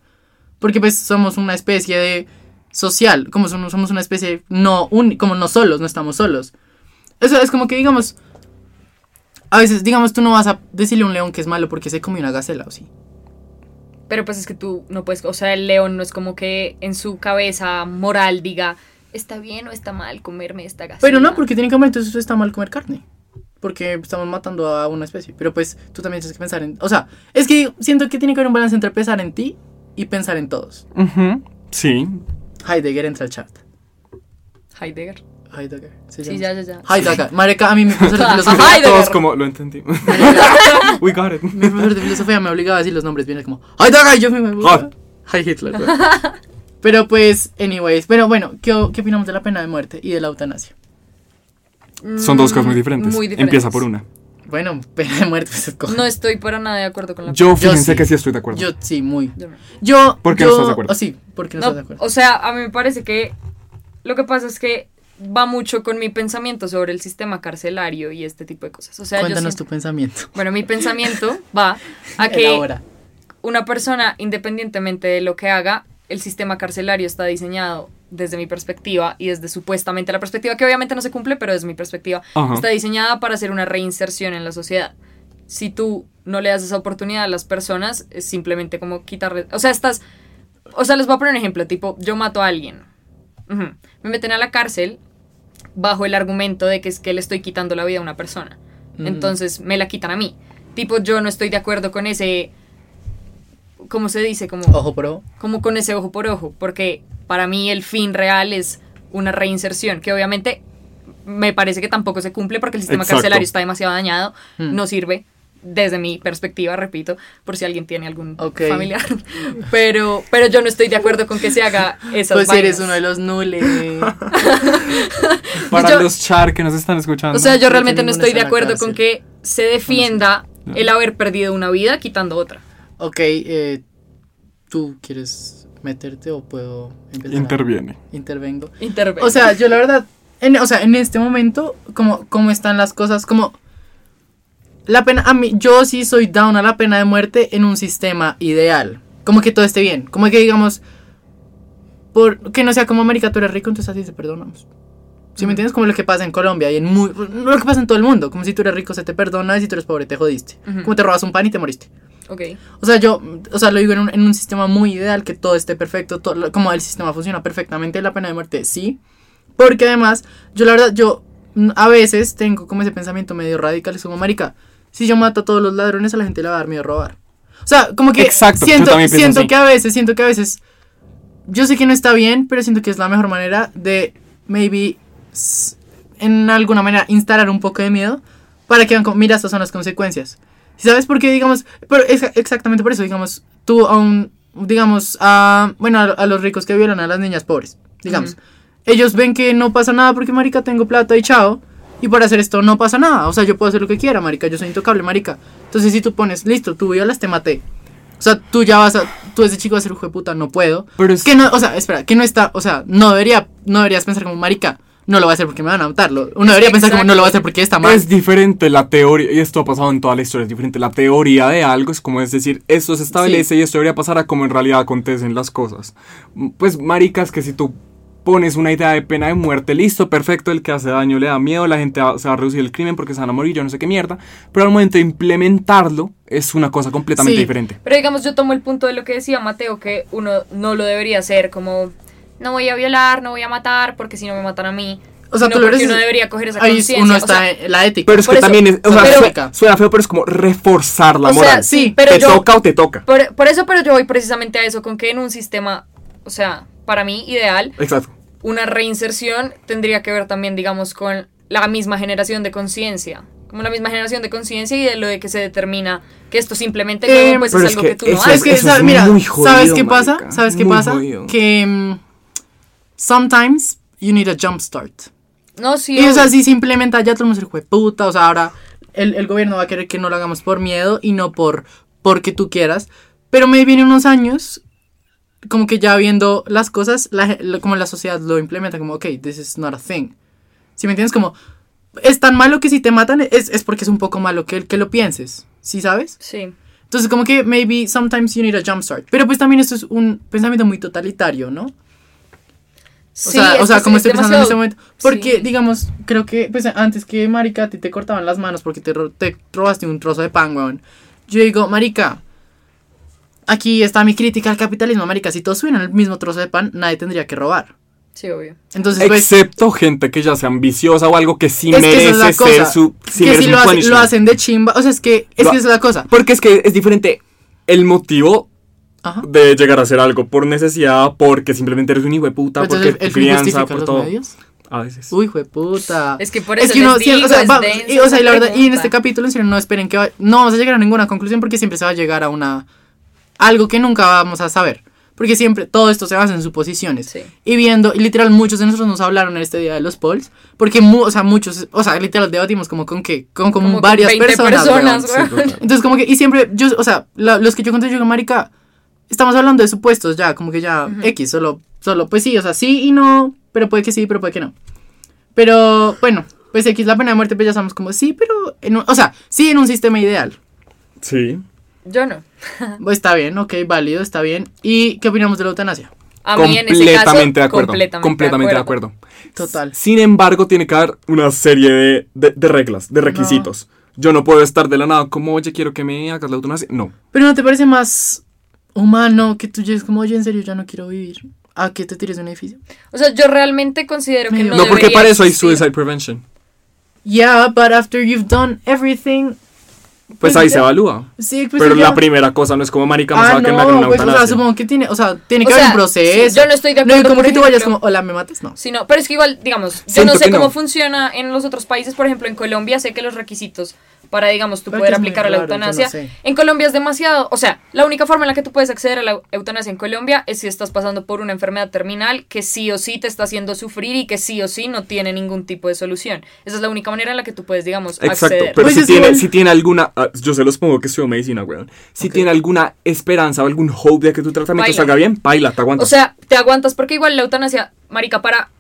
S2: Porque pues somos una especie de social, como somos, somos una especie no uni- como no solos, no estamos solos. Eso es como que digamos, a veces digamos tú no vas a decirle a un león que es malo porque se comió una gacela o sí.
S5: Pero pues es que tú no puedes, o sea, el león no es como que en su cabeza moral diga, está bien o está mal comerme esta gacela.
S2: Pero no, porque técnicamente eso está mal comer carne. Porque estamos matando a una especie. Pero pues tú también tienes que pensar en... O sea, es que siento que tiene que haber un balance entre pensar en ti y pensar en todos.
S3: Ujú, Sí.
S2: Heidegger entra al chat.
S5: Heidegger.
S2: Heidegger. se
S5: Sí, ya,
S2: llama.
S5: ya, ya.
S2: Heidegger. Marica, a mí mi profesor
S5: [laughs]
S2: de filosofía...
S5: Heidegger.
S3: Todos como lo entendí.
S5: [laughs]
S3: We got it.
S2: mi profesor de filosofía me obligaba a decir los nombres. Viene como... Heidegger. Yo me...
S3: Hot.
S2: Heidegger. Hitler. güey.
S5: [laughs]
S2: Pero pues, anyways. Pero bueno, ¿qué, o- ¿qué opinamos de la pena de muerte y de la eutanasia?
S3: Son dos cosas muy diferentes.
S5: Mm, Muy
S3: Empieza
S5: diferentes.
S3: por una.
S2: Bueno, pena de muerte pues, escoge.
S5: No estoy para nada de acuerdo con la
S3: Yo fíjense
S2: sí.
S3: que sí estoy de acuerdo.
S2: Yo sí, muy.
S5: Yo no.
S2: Yo...
S3: ¿Por qué no
S2: yo-
S3: estás de acuerdo?
S2: ah, sí, porque no,
S5: No,
S2: estás de acuerdo.
S5: O sea, a mí me parece que lo que pasa es que va mucho con mi pensamiento sobre el sistema carcelario y este tipo de cosas. O sea, yo
S2: Cuéntanos tu
S5: siento-
S2: pensamiento.
S5: Bueno, mi pensamiento va
S2: [laughs]
S5: a que
S2: Elabora.
S5: una persona, independientemente de lo que haga, el sistema carcelario está diseñado desde mi perspectiva y desde supuestamente la perspectiva, que obviamente no se cumple, pero desde mi perspectiva,
S3: Ajá.
S5: está diseñada para hacer una reinserción en la sociedad. Si tú no le das esa oportunidad a las personas, es simplemente como quitarle... O sea, estás... O sea, les voy a poner un ejemplo, tipo, yo mato a alguien. Ujú. Me meten a la cárcel bajo el argumento de que es que le estoy quitando la vida a una persona.
S2: Ujú.
S5: Entonces me la quitan a mí. Tipo, yo no estoy de acuerdo con ese. ¿Cómo se dice? Como,
S2: Ojo por ojo.
S5: como con ese ojo por ojo. Porque para mí el fin real es una reinserción. Que obviamente me parece que tampoco se cumple porque el sistema
S3: Exacto.
S5: carcelario está demasiado dañado.
S2: Hmm.
S5: No sirve. Desde mi perspectiva, repito, por si alguien tiene algún
S2: Ok.
S5: familiar. [laughs] Pero, pero yo no estoy de acuerdo con que se haga esas
S2: Pues eres
S5: vainas.
S2: uno de los nules.
S5: [laughs]
S3: Para
S5: yo-
S3: los char que nos están escuchando.
S5: O sea, yo
S2: No
S5: realmente no
S2: ninguno
S5: estoy
S2: está
S5: de
S2: en la
S5: acuerdo con
S2: cárcel.
S5: que se defienda el haber perdido una vida quitando otra.
S2: ok, eh, ¿tú quieres meterte o puedo empezar? a-
S3: Interviene.
S2: Intervengo.
S5: Intervengo.
S2: O sea, yo la verdad, en, o sea, en este momento, como, como están las cosas, como... La pena, a mí, yo sí soy down a la pena de muerte en un sistema ideal. Como que todo esté bien. Como que digamos, por, que no sea como América, tú eres rico, entonces así te perdonamos. ¿Sí me entiendes? Como lo que pasa en Colombia y en muy, lo que pasa en todo el mundo. Como si tú eres rico, se te perdona y si tú eres pobre, te jodiste.
S5: Ujú.
S2: Como te robas un pan y te moriste.
S5: ok.
S2: O sea, yo, o sea, lo digo en un, en un sistema muy ideal, que todo esté perfecto, todo lo- como el sistema funciona perfectamente, la pena de muerte sí. Porque además, yo la verdad, yo mm, a veces tengo como ese pensamiento medio radical, es como, marica, si yo mato a todos los ladrones, a la gente le va a dar miedo robar. O sea, como que
S3: Exacto, yo
S2: siento,
S3: también pienso
S2: siento
S3: así.
S2: que a veces, siento que a veces, yo sé que no está bien, pero siento que es la mejor manera de, maybe, s- en alguna manera, instalar un poco de miedo para que vean como, mira, estas son las consecuencias. ¿Sabes por qué, digamos? Pero es exactamente por eso, digamos, tú a un, digamos, a, bueno, a, a los ricos que violan a las niñas pobres, digamos. Ellos ven que no pasa nada porque, marica, tengo plata y chao. Y para hacer esto no pasa nada. O sea, yo puedo hacer lo que quiera, marica. Yo soy intocable, marica. Entonces, si tú pones, listo, tú violas, te maté. O sea, tú ya vas a, tú ese chico vas a ser hijo de puta, no puedo.
S3: Pero es-
S2: Que no, o sea, espera, que no está, o sea, no debería, no deberías pensar como, marica, no lo va a hacer porque me van a matarlo. Uno debería pensar como,
S5: Exacto.
S2: no lo va a hacer porque está mal.
S3: Es diferente la teoría, y esto ha pasado en toda la historia, es diferente la teoría de algo, es como es decir, esto se establece y esto debería pasar a como en realidad acontecen las cosas. Mm, Pues maricas que si tú pones una idea de pena de muerte, listo, perfecto, el que hace daño le da miedo, la gente va- se va a reducir el crimen porque se van a morir, yo no sé qué mierda, pero al momento de implementarlo es una cosa completamente
S2: Sí.
S3: diferente.
S5: Pero digamos, yo tomo el punto de lo que decía Mateo, que uno no lo debería hacer, como no voy a violar, no voy a matar, porque si no me matan a mí.
S2: O sea,
S5: No,
S2: tú lo
S5: porque
S2: eres-
S5: uno debería coger esa
S2: ahí
S5: conciencia.
S2: uno
S5: o
S2: está
S5: sea,
S2: en la ética.
S3: Pero es
S5: Por
S3: que
S5: eso,
S3: también es, o sea,
S5: pero-
S3: suena, suena feo, pero es como reforzar la
S5: O sea,
S3: moral.
S5: sí, pero
S3: te
S5: yo-
S3: toca o te toca.
S5: por, por eso, pero yo voy precisamente a eso, con que en un sistema, o sea, para mí ideal,
S3: Exacto.
S5: una reinserción tendría que ver también, digamos, con la misma generación de conciencia. como la misma generación de conciencia y de lo de que se determina que esto simplemente luego,
S2: Eh,
S5: pues es
S3: pero es
S5: algo que,
S3: que
S5: tú no
S3: eso
S5: haces.
S2: Es que,
S3: eso es
S2: sa- mira,
S3: muy jodido,
S2: ¿sabes qué pasa?
S3: marica.
S2: ¿Sabes qué
S3: Muy
S2: pasa?
S3: jodido.
S2: Que mm, sometimes you need a jump start.
S5: No, sí.
S2: Y o sea,
S5: obvio.
S2: si se implementa ya todo el mundo es el hijo de puta, o sea, ahora el, el gobierno va a querer que no lo hagamos por miedo y no por porque tú quieras. Pero me vienen unos años como que ya viendo las cosas, la ge- lo- como la sociedad lo implementa, como, ok, this is not a thing. Si me entiendes, como, es tan malo que si te matan es, es porque es un poco malo que, que lo pienses, ¿sí sabes?
S5: Sí.
S2: Entonces, como que maybe sometimes you need a jump start. Pero pues también esto es un pensamiento muy totalitario, ¿no? O
S5: Sí,
S2: sea,
S5: es
S2: o sea
S5: que
S2: como
S5: es
S2: estoy pensando en este
S5: demasiado-
S2: momento. Porque,
S5: sí.
S2: digamos, creo que pues, antes que Marica a ti te cortaban las manos porque te, ro- te robaste un trozo de pan, weón. Yo digo, Marica, aquí está mi crítica al capitalismo, Marica. Si todos subieran el mismo trozo de pan, nadie tendría que robar.
S5: Sí, obvio.
S2: Entonces, pues,
S3: Excepto gente que ya sea ambiciosa o algo que sí
S2: es que
S3: merece
S2: esa es la
S3: ser
S2: cosa.
S3: su. sí
S2: que
S3: merece
S2: si
S3: un
S2: lo, hace- lo
S3: punishment.
S2: hacen de chimba. O sea, es que, es
S3: Lo-
S2: que esa es la cosa.
S3: Porque es que es diferente el motivo
S2: Ajá.
S3: de llegar a hacer algo por necesidad, porque simplemente eres un hijo de puta, porque
S2: Entonces,
S3: tu
S2: Pues, el fin
S3: crianza,
S2: justifica
S3: por
S2: los
S3: todo.
S2: medios.
S3: A veces.
S2: Uy, jueputa.
S5: Es que por eso
S2: que
S5: les
S2: uno siempre-
S5: digo,
S2: o sea,
S5: es
S2: va-
S5: densa
S2: y, o sea, y la
S5: esa
S2: verdad, y en
S5: pregunta.
S2: este capítulo, en serio, no esperen que va- no vamos a llegar a ninguna conclusión porque siempre se va a llegar a una algo que nunca vamos a saber. Porque siempre todo esto se basa en suposiciones.
S5: Sí.
S2: Y viendo, y literal, muchos de nosotros nos hablaron en este día de los polls. Porque, mu- o sea, muchos, o sea, literal, debatimos como con qué, con, con
S5: Como con
S2: varias
S5: 20
S2: personas.
S5: personas,
S2: weón.
S5: weón.
S3: Sí,
S2: [laughs]
S3: total.
S2: Entonces, como que, y siempre, yo, o sea, la- los que yo conté, yo digo, marica, estamos hablando de supuestos ya, como que ya, X, solo, solo, pues sí, o sea, sí y no, pero puede que sí, pero puede que no. Pero, bueno, pues X, la pena de muerte, pues ya estamos como, sí, pero, en un- o sea, sí en un sistema ideal.
S3: Sí.
S5: Yo no.
S2: Bueno, Está bien, ok, válido, está bien. ¿Y qué opinamos de la eutanasia?
S5: A mí en ese caso.
S3: completamente de acuerdo.
S5: Completamente,
S3: Completamente de acuerdo.
S2: Total.
S3: Sin embargo, tiene que haber una serie de, de- de reglas, de requisitos. Yo no puedo estar de la nada como, oye, quiero que me hagas la eutanasia. No.
S2: Pero ¿no te parece más humano que tú llegues como, oye, en serio, ya no quiero vivir? ¿A que te tires de un edificio?
S5: O sea, yo realmente considero que
S2: Medio.
S5: no.
S3: No, porque
S5: debería
S3: para eso hay
S5: existir.
S3: suicide prevention.
S2: Yeah, but after you've done everything...
S3: Pues ahí se evalúa.
S2: Sí, pues
S3: Pero
S2: ya-
S3: la primera cosa no es como, marica, vamos
S2: Ah,
S3: a quemar una
S2: no, pues, o sea,
S3: eutanasia.
S2: supongo que tiene, o sea, tiene
S5: O
S2: que haber
S5: sea,
S2: un proceso.
S5: sí, yo no estoy de
S2: No, y
S5: acuerdo,
S2: como
S5: por
S2: que tú vayas
S5: ejemplo.
S2: como, hola, ¿me matas? No.
S5: Sí, no, pero es que igual, digamos, yo
S3: Siento
S5: no sé
S3: que no.
S5: cómo funciona en los otros países, por ejemplo, en Colombia sé que los requisitos para, digamos, tú
S2: Pero
S5: poder
S2: que es muy
S5: aplicar a la
S2: raro, yo no
S5: eutanasia,
S2: sé.
S5: en Colombia es demasiado, o sea, la única forma en la que tú puedes acceder a la eutanasia en Colombia es si estás pasando por una enfermedad terminal que sí o sí te está haciendo sufrir y que sí o sí no tiene ningún tipo de solución. Esa es la única manera en la que tú puedes, digamos,
S3: Exacto,
S5: acceder.
S3: pero
S2: Pues
S3: si
S2: es
S3: tiene,
S2: igual.
S3: si tiene alguna, ah, yo se los pongo que estudio medicina, weón. Si tiene alguna esperanza o algún hope de que tu tratamiento
S5: Baila.
S3: salga bien, baila, te
S5: O
S3: aguantas.
S5: sea, te aguantas porque igual la eutanasia, marica, para...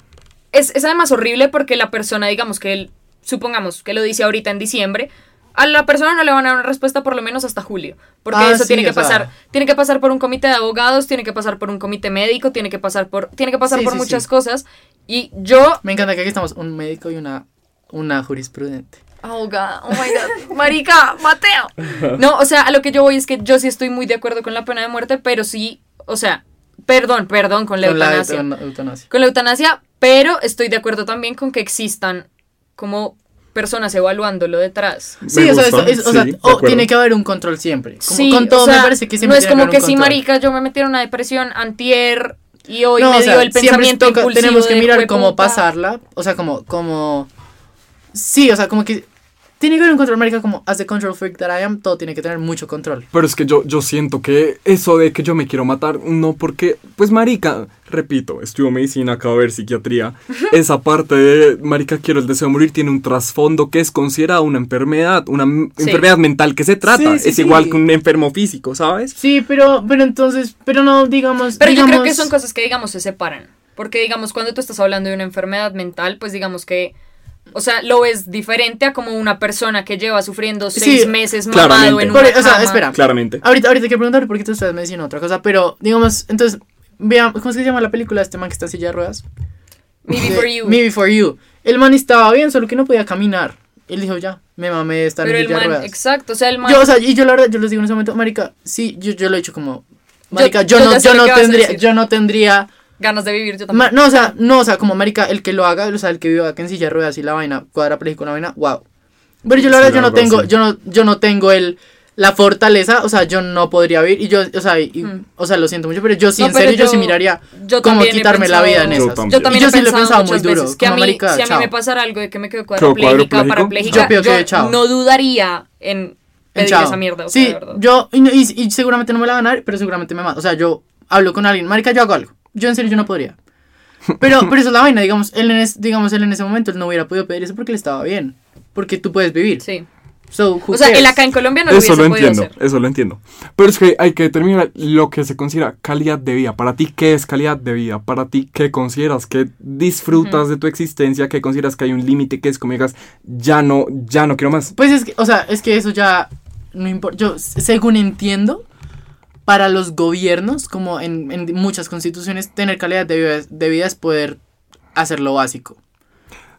S5: Es, es además horrible porque la persona, digamos que él, supongamos que lo dice ahorita en diciembre, a la persona no le van a dar una respuesta por lo menos hasta julio. Porque
S2: Ah,
S5: eso
S2: sí,
S5: tiene que
S2: o sea.
S5: pasar, tiene que pasar por un comité de abogados, tiene que pasar por un comité médico, tiene que pasar por, tiene que pasar
S2: Sí,
S5: por
S2: sí,
S5: muchas
S2: sí.
S5: cosas. Y yo,
S2: Me encanta que aquí estamos un médico y una, una jurisprudente.
S5: abogada, oh my
S2: [laughs]
S5: god, marica, Mateo. No, o sea, a lo que yo voy es que yo sí estoy muy de acuerdo con la pena de muerte, pero sí, o sea, perdón, perdón con la
S2: Con la
S5: eutanasia.
S2: eutan- eutanasia.
S5: con la eutanasia, pero estoy de acuerdo también con que existan como personas evaluándolo detrás.
S3: Me
S2: Sí, o sea,
S3: gusta,
S2: eso es- o
S3: sí,
S2: sea,
S3: de
S2: o
S3: acuerdo.
S2: tiene que haber un control siempre. Como
S5: sí,
S2: con
S5: o
S2: todo
S5: sea,
S2: me parece que siempre
S5: no es
S2: tiene
S5: como que
S2: haber un
S5: sí,
S2: control.
S5: marica, yo me metí en una depresión antier y hoy
S2: No,
S5: me
S2: o
S5: dio
S2: sea,
S5: el
S2: siempre
S5: pensamiento
S2: toca-
S5: impulsivo
S2: Tenemos que
S5: de
S2: mirar
S5: "Jueputa".
S2: cómo pasarla, o sea, como, como, sí, o sea, como que tiene que haber un control, marica, como as the control freak that I am, todo tiene que tener mucho control.
S3: Pero es que yo, yo siento que eso de que yo me quiero matar, no porque, pues marica, repito, estudio medicina, acabo de ver
S2: [laughs]
S3: psiquiatría, esa parte de marica quiero el deseo de morir tiene un trasfondo que es considerada una enfermedad, una m-
S5: Sí.
S3: enfermedad mental que se trata,
S2: Sí, sí,
S3: es igual
S2: sí.
S3: que un enfermo físico, ¿sabes?
S2: Sí, pero, pero entonces, pero no, digamos,
S5: Pero yo creo
S2: digamos-
S5: que son cosas que, digamos, se separan. Porque, digamos, cuando tú estás hablando de una enfermedad mental, pues digamos que, o sea, lo ves diferente a como una persona que lleva sufriendo
S2: Sí,
S5: seis meses
S3: claramente.
S5: mamado en una
S2: Por- e, o sea,
S5: cama.
S2: espera.
S3: Claramente.
S2: Ahorita, ahorita quiero preguntar por qué tú estás mencionando otra cosa, pero digamos, entonces, veamos, ¿cómo es que se llama la película de este man que está en silla de ruedas?
S5: Me
S2: De-
S5: before you.
S2: Me Before You. El man estaba bien, solo que no podía caminar. Él dijo, ya, me mamé de estar
S5: Pero
S2: en
S5: el
S2: silla de
S5: man,
S2: ruedas.
S5: exacto, o sea, el man...
S2: Yo, o sea, y yo la verdad, yo les digo en ese momento, marica, sí, yo, yo lo he hecho como, marica, yo,
S5: yo
S2: no,
S5: ya sé
S2: yo
S5: lo
S2: no
S5: que vas a
S2: tendría,
S5: decir.
S2: yo no tendría,
S5: ganas de vivir yo
S2: ma-
S5: también.
S2: no, o sea, no, o sea, como marica, el que lo haga, o sea, el que viva acá en silla de ruedas y la vaina, cuadra con la vaina, wow. Pero yo la
S3: Sí,
S2: verdad, yo
S3: la verdad,
S2: no tengo,
S3: sí.
S2: yo no, yo no tengo el, la fortaleza, o sea, yo no podría vivir. Y yo, o sea, y- o sea lo siento mucho, pero yo sí,
S5: No,
S2: en
S5: pero
S2: serio, yo,
S5: yo-
S2: sí miraría
S5: yo
S2: cómo
S5: también he
S2: quitarme la
S5: pensado-
S2: vida en
S3: Yo
S2: esas.
S3: también.
S5: Yo también
S2: Y yo sí
S5: he
S2: lo he
S5: pensado
S2: pensado muy
S5: muchas
S2: duro,
S5: veces que a
S2: como
S5: mí,
S2: marica,
S5: si a mí
S2: chao.
S5: me pasara algo de que me quedo cuadroplégica o
S3: cuadropléjico?
S5: parapléjica,
S2: Yo pido
S5: yo,
S2: que chao.
S5: no dudaría en pedir
S2: Chao.
S5: esa mierda. O sea,
S2: sí,
S5: de verdad.
S2: yo, y, no- y- y seguramente no me la van a dar, pero seguramente me mata. O sea, yo hablo con alguien, marica, yo hago algo. Yo en serio, yo no
S5: [laughs]
S2: podría. Pero, pero eso es la vaina, digamos él, en es- digamos, él en ese momento él no hubiera podido pedir eso porque le estaba bien. Porque tú puedes vivir.
S5: Sí.
S2: So, who
S5: O sea, él
S2: cares?
S5: acá en Colombia no lo
S3: Eso
S5: hubiese
S3: lo
S5: podido
S3: entiendo,
S5: hacer.
S3: eso lo entiendo. Pero es que hay que determinar lo que se considera calidad de vida. Para ti, ¿qué es calidad de vida? Para ti, ¿qué consideras? ¿Qué disfrutas de tu existencia? ¿Qué consideras que hay un límite que es como digas, ya no, ya no quiero más?
S2: Pues es que, o sea, es que eso ya no importa. Yo, s- según entiendo, para los gobiernos, como en, en muchas constituciones, tener calidad de vida, es- de vida es poder hacer lo básico.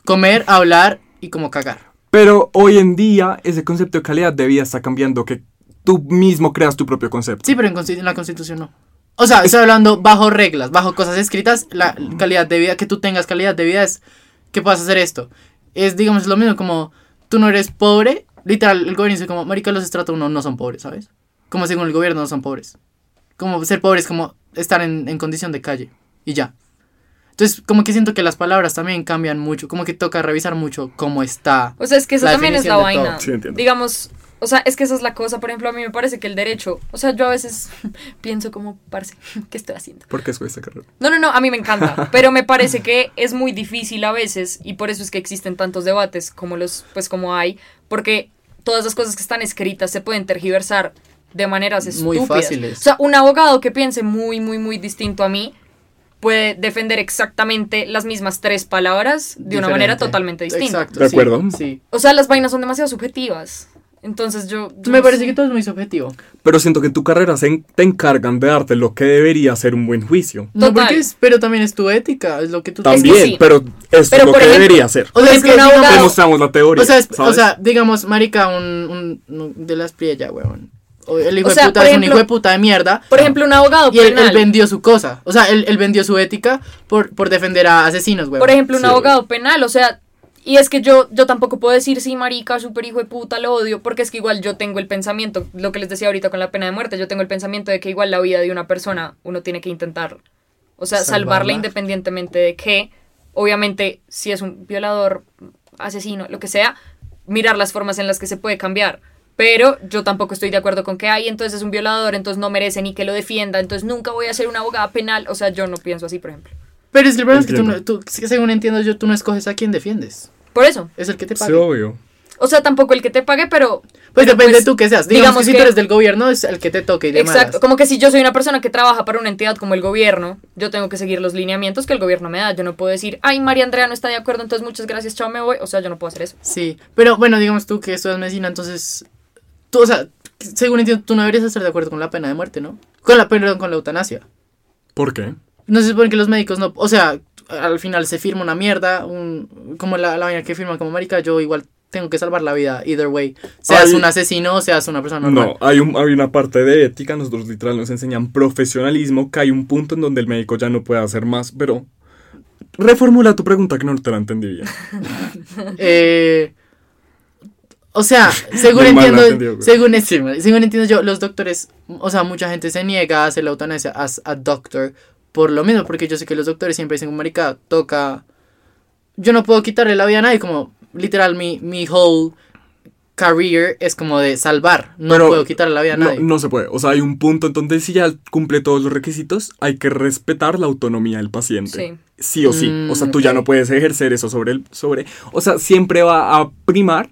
S2: Comer, hablar y como cagar.
S3: Pero hoy en día ese concepto de calidad de vida está cambiando, que tú mismo creas tu propio concepto.
S2: Sí, pero en, consti- en la constitución no. O sea, estoy hablando bajo reglas, bajo cosas escritas, la calidad de vida, que tú tengas calidad de vida es que puedas hacer esto. Es, digamos, es lo mismo como tú no eres pobre, literal, el gobierno dice como, marica, los estratos uno no son pobres, ¿sabes? Como según el gobierno no son pobres. Como ser pobre es como estar en, en condición de calle y ya. Entonces, como que siento que las palabras también cambian mucho, como que toca revisar mucho cómo está.
S5: O sea, es que eso
S2: La
S5: también es la
S2: definición de
S5: vaina.
S2: todo.
S3: Sí, entiendo.
S5: Digamos, o sea, es que esa es la cosa. Por ejemplo, a mí me parece que el derecho, o sea, yo a veces [laughs] pienso como, parce, ¿qué estoy haciendo?
S3: ¿Por qué escogí esta carrera?
S5: No, no, no, a mí
S2: [laughs]
S5: me encanta, pero me parece que es muy difícil a veces y por eso es que existen tantos debates como los, pues como hay, porque todas las cosas que están escritas se pueden tergiversar de maneras
S2: Muy
S5: estúpidas.
S2: fáciles.
S5: O sea, un abogado que piense muy, muy, muy distinto a mí puede defender exactamente las mismas tres palabras de una manera
S2: Diferente.
S5: totalmente distinta.
S2: Exacto,
S3: De
S2: sí,
S3: acuerdo.
S2: sí.
S5: O sea, las vainas son demasiado subjetivas. Entonces yo. yo
S2: Me
S5: no
S2: parece
S5: sé.
S2: que todo es muy subjetivo.
S3: Pero siento que en tu carrera se en- te encargan de darte lo que debería ser un buen juicio.
S2: No,
S5: Total.
S2: porque es- pero también es tu ética, es lo que tú
S3: También,
S5: sí.
S3: pero eso
S5: Pero,
S3: es lo
S5: por
S3: que
S5: ejemplo-
S3: debería ser.
S2: O sea, es que
S5: Por ejemplo, un
S2: digamos-
S5: abogado-
S3: Demostramos la teoría.
S2: o sea, es- o
S3: ¿sabes?
S2: sea, digamos, marica, un, un- no, de las priella, weón. O el hijo
S5: O sea,
S2: de puta
S5: por
S2: es
S5: ejemplo-
S2: un hijo de puta de mierda.
S5: Por ejemplo, un abogado
S2: y él, él
S5: penal.
S2: vendió su cosa. O sea, él, él vendió su ética por, por defender a asesinos, weón.
S5: por ejemplo, un
S3: Sí,
S5: abogado penal. O sea, y es que yo, yo tampoco puedo decir, sí, marica, super hijo de puta, lo odio. Porque es que igual yo tengo el pensamiento, lo que les decía ahorita con la pena de muerte, yo tengo el pensamiento de que igual la vida de una persona uno tiene que intentar. O sea, salvarla,
S2: Salvarla.
S5: independientemente de que, obviamente, si es un violador, asesino, lo que sea, mirar las formas en las que se puede cambiar. Pero yo tampoco estoy de acuerdo con que, ay, entonces es un violador, entonces no merece ni que lo defienda, entonces nunca voy a ser una abogada penal. O sea, yo no pienso así, por ejemplo.
S2: Pero es que el problema es que tú,
S3: Entiendo.
S2: no- tú- según entiendo yo, tú no escoges a quién defiendes.
S5: Por eso.
S2: Es el que te
S3: Sí,
S2: paga.
S3: obvio.
S5: O sea, tampoco el que te pague, pero.
S2: pues
S5: pero
S2: depende
S5: pues,
S2: tú que seas. Digamos, que si tú
S5: que-
S2: eres del gobierno, es el que te toque y demás.
S5: Exacto. Como que si yo soy una persona que trabaja para una entidad como el gobierno, yo tengo que seguir los lineamientos que el gobierno me da. Yo no puedo decir, ay, María Andrea no está de acuerdo, entonces muchas gracias, chao, me voy. O sea, yo no puedo hacer eso.
S2: Sí, pero bueno, digamos tú que estudias medicina, entonces, tú, o sea, según entiendo, tú no deberías estar de acuerdo con la pena de muerte, ¿no? Con la, perdón, con la eutanasia.
S3: ¿Por qué?
S2: No se supone que los médicos no, o sea, al final se firma una mierda, un, como la, la vaina que firma como marica, yo igual tengo que salvar la vida, either way. Seas
S3: Ay.
S2: un asesino o seas una persona normal.
S3: No, hay, un- hay una parte de ética, nosotros literal nos enseñan profesionalismo, que hay un punto en donde el médico ya no puede hacer más, pero reformula tu pregunta que no te la entendí bien.
S2: Eh,
S3: [laughs]
S2: o sea, según
S3: Muy mal
S2: entiendo,
S3: entendido, güey.
S2: según, sí, mal- según entiendo yo, los doctores, o sea, mucha gente se niega a hacer la eutanasia as a doctor por lo mismo, porque yo sé que los doctores siempre dicen, marica, toca, yo no puedo quitarle la vida a nadie, como literal mi, mi whole career es como de salvar, no
S3: Pero
S2: puedo quitarle la vida a
S3: No,
S2: nadie.
S3: no se puede, o sea, hay un punto en donde si ya cumple todos los requisitos, hay que respetar la autonomía del paciente. Sí, o sí, o sea,
S2: Mm,
S3: tú ya
S2: ok.
S3: no puedes ejercer eso sobre el, sobre, o sea, siempre va a primar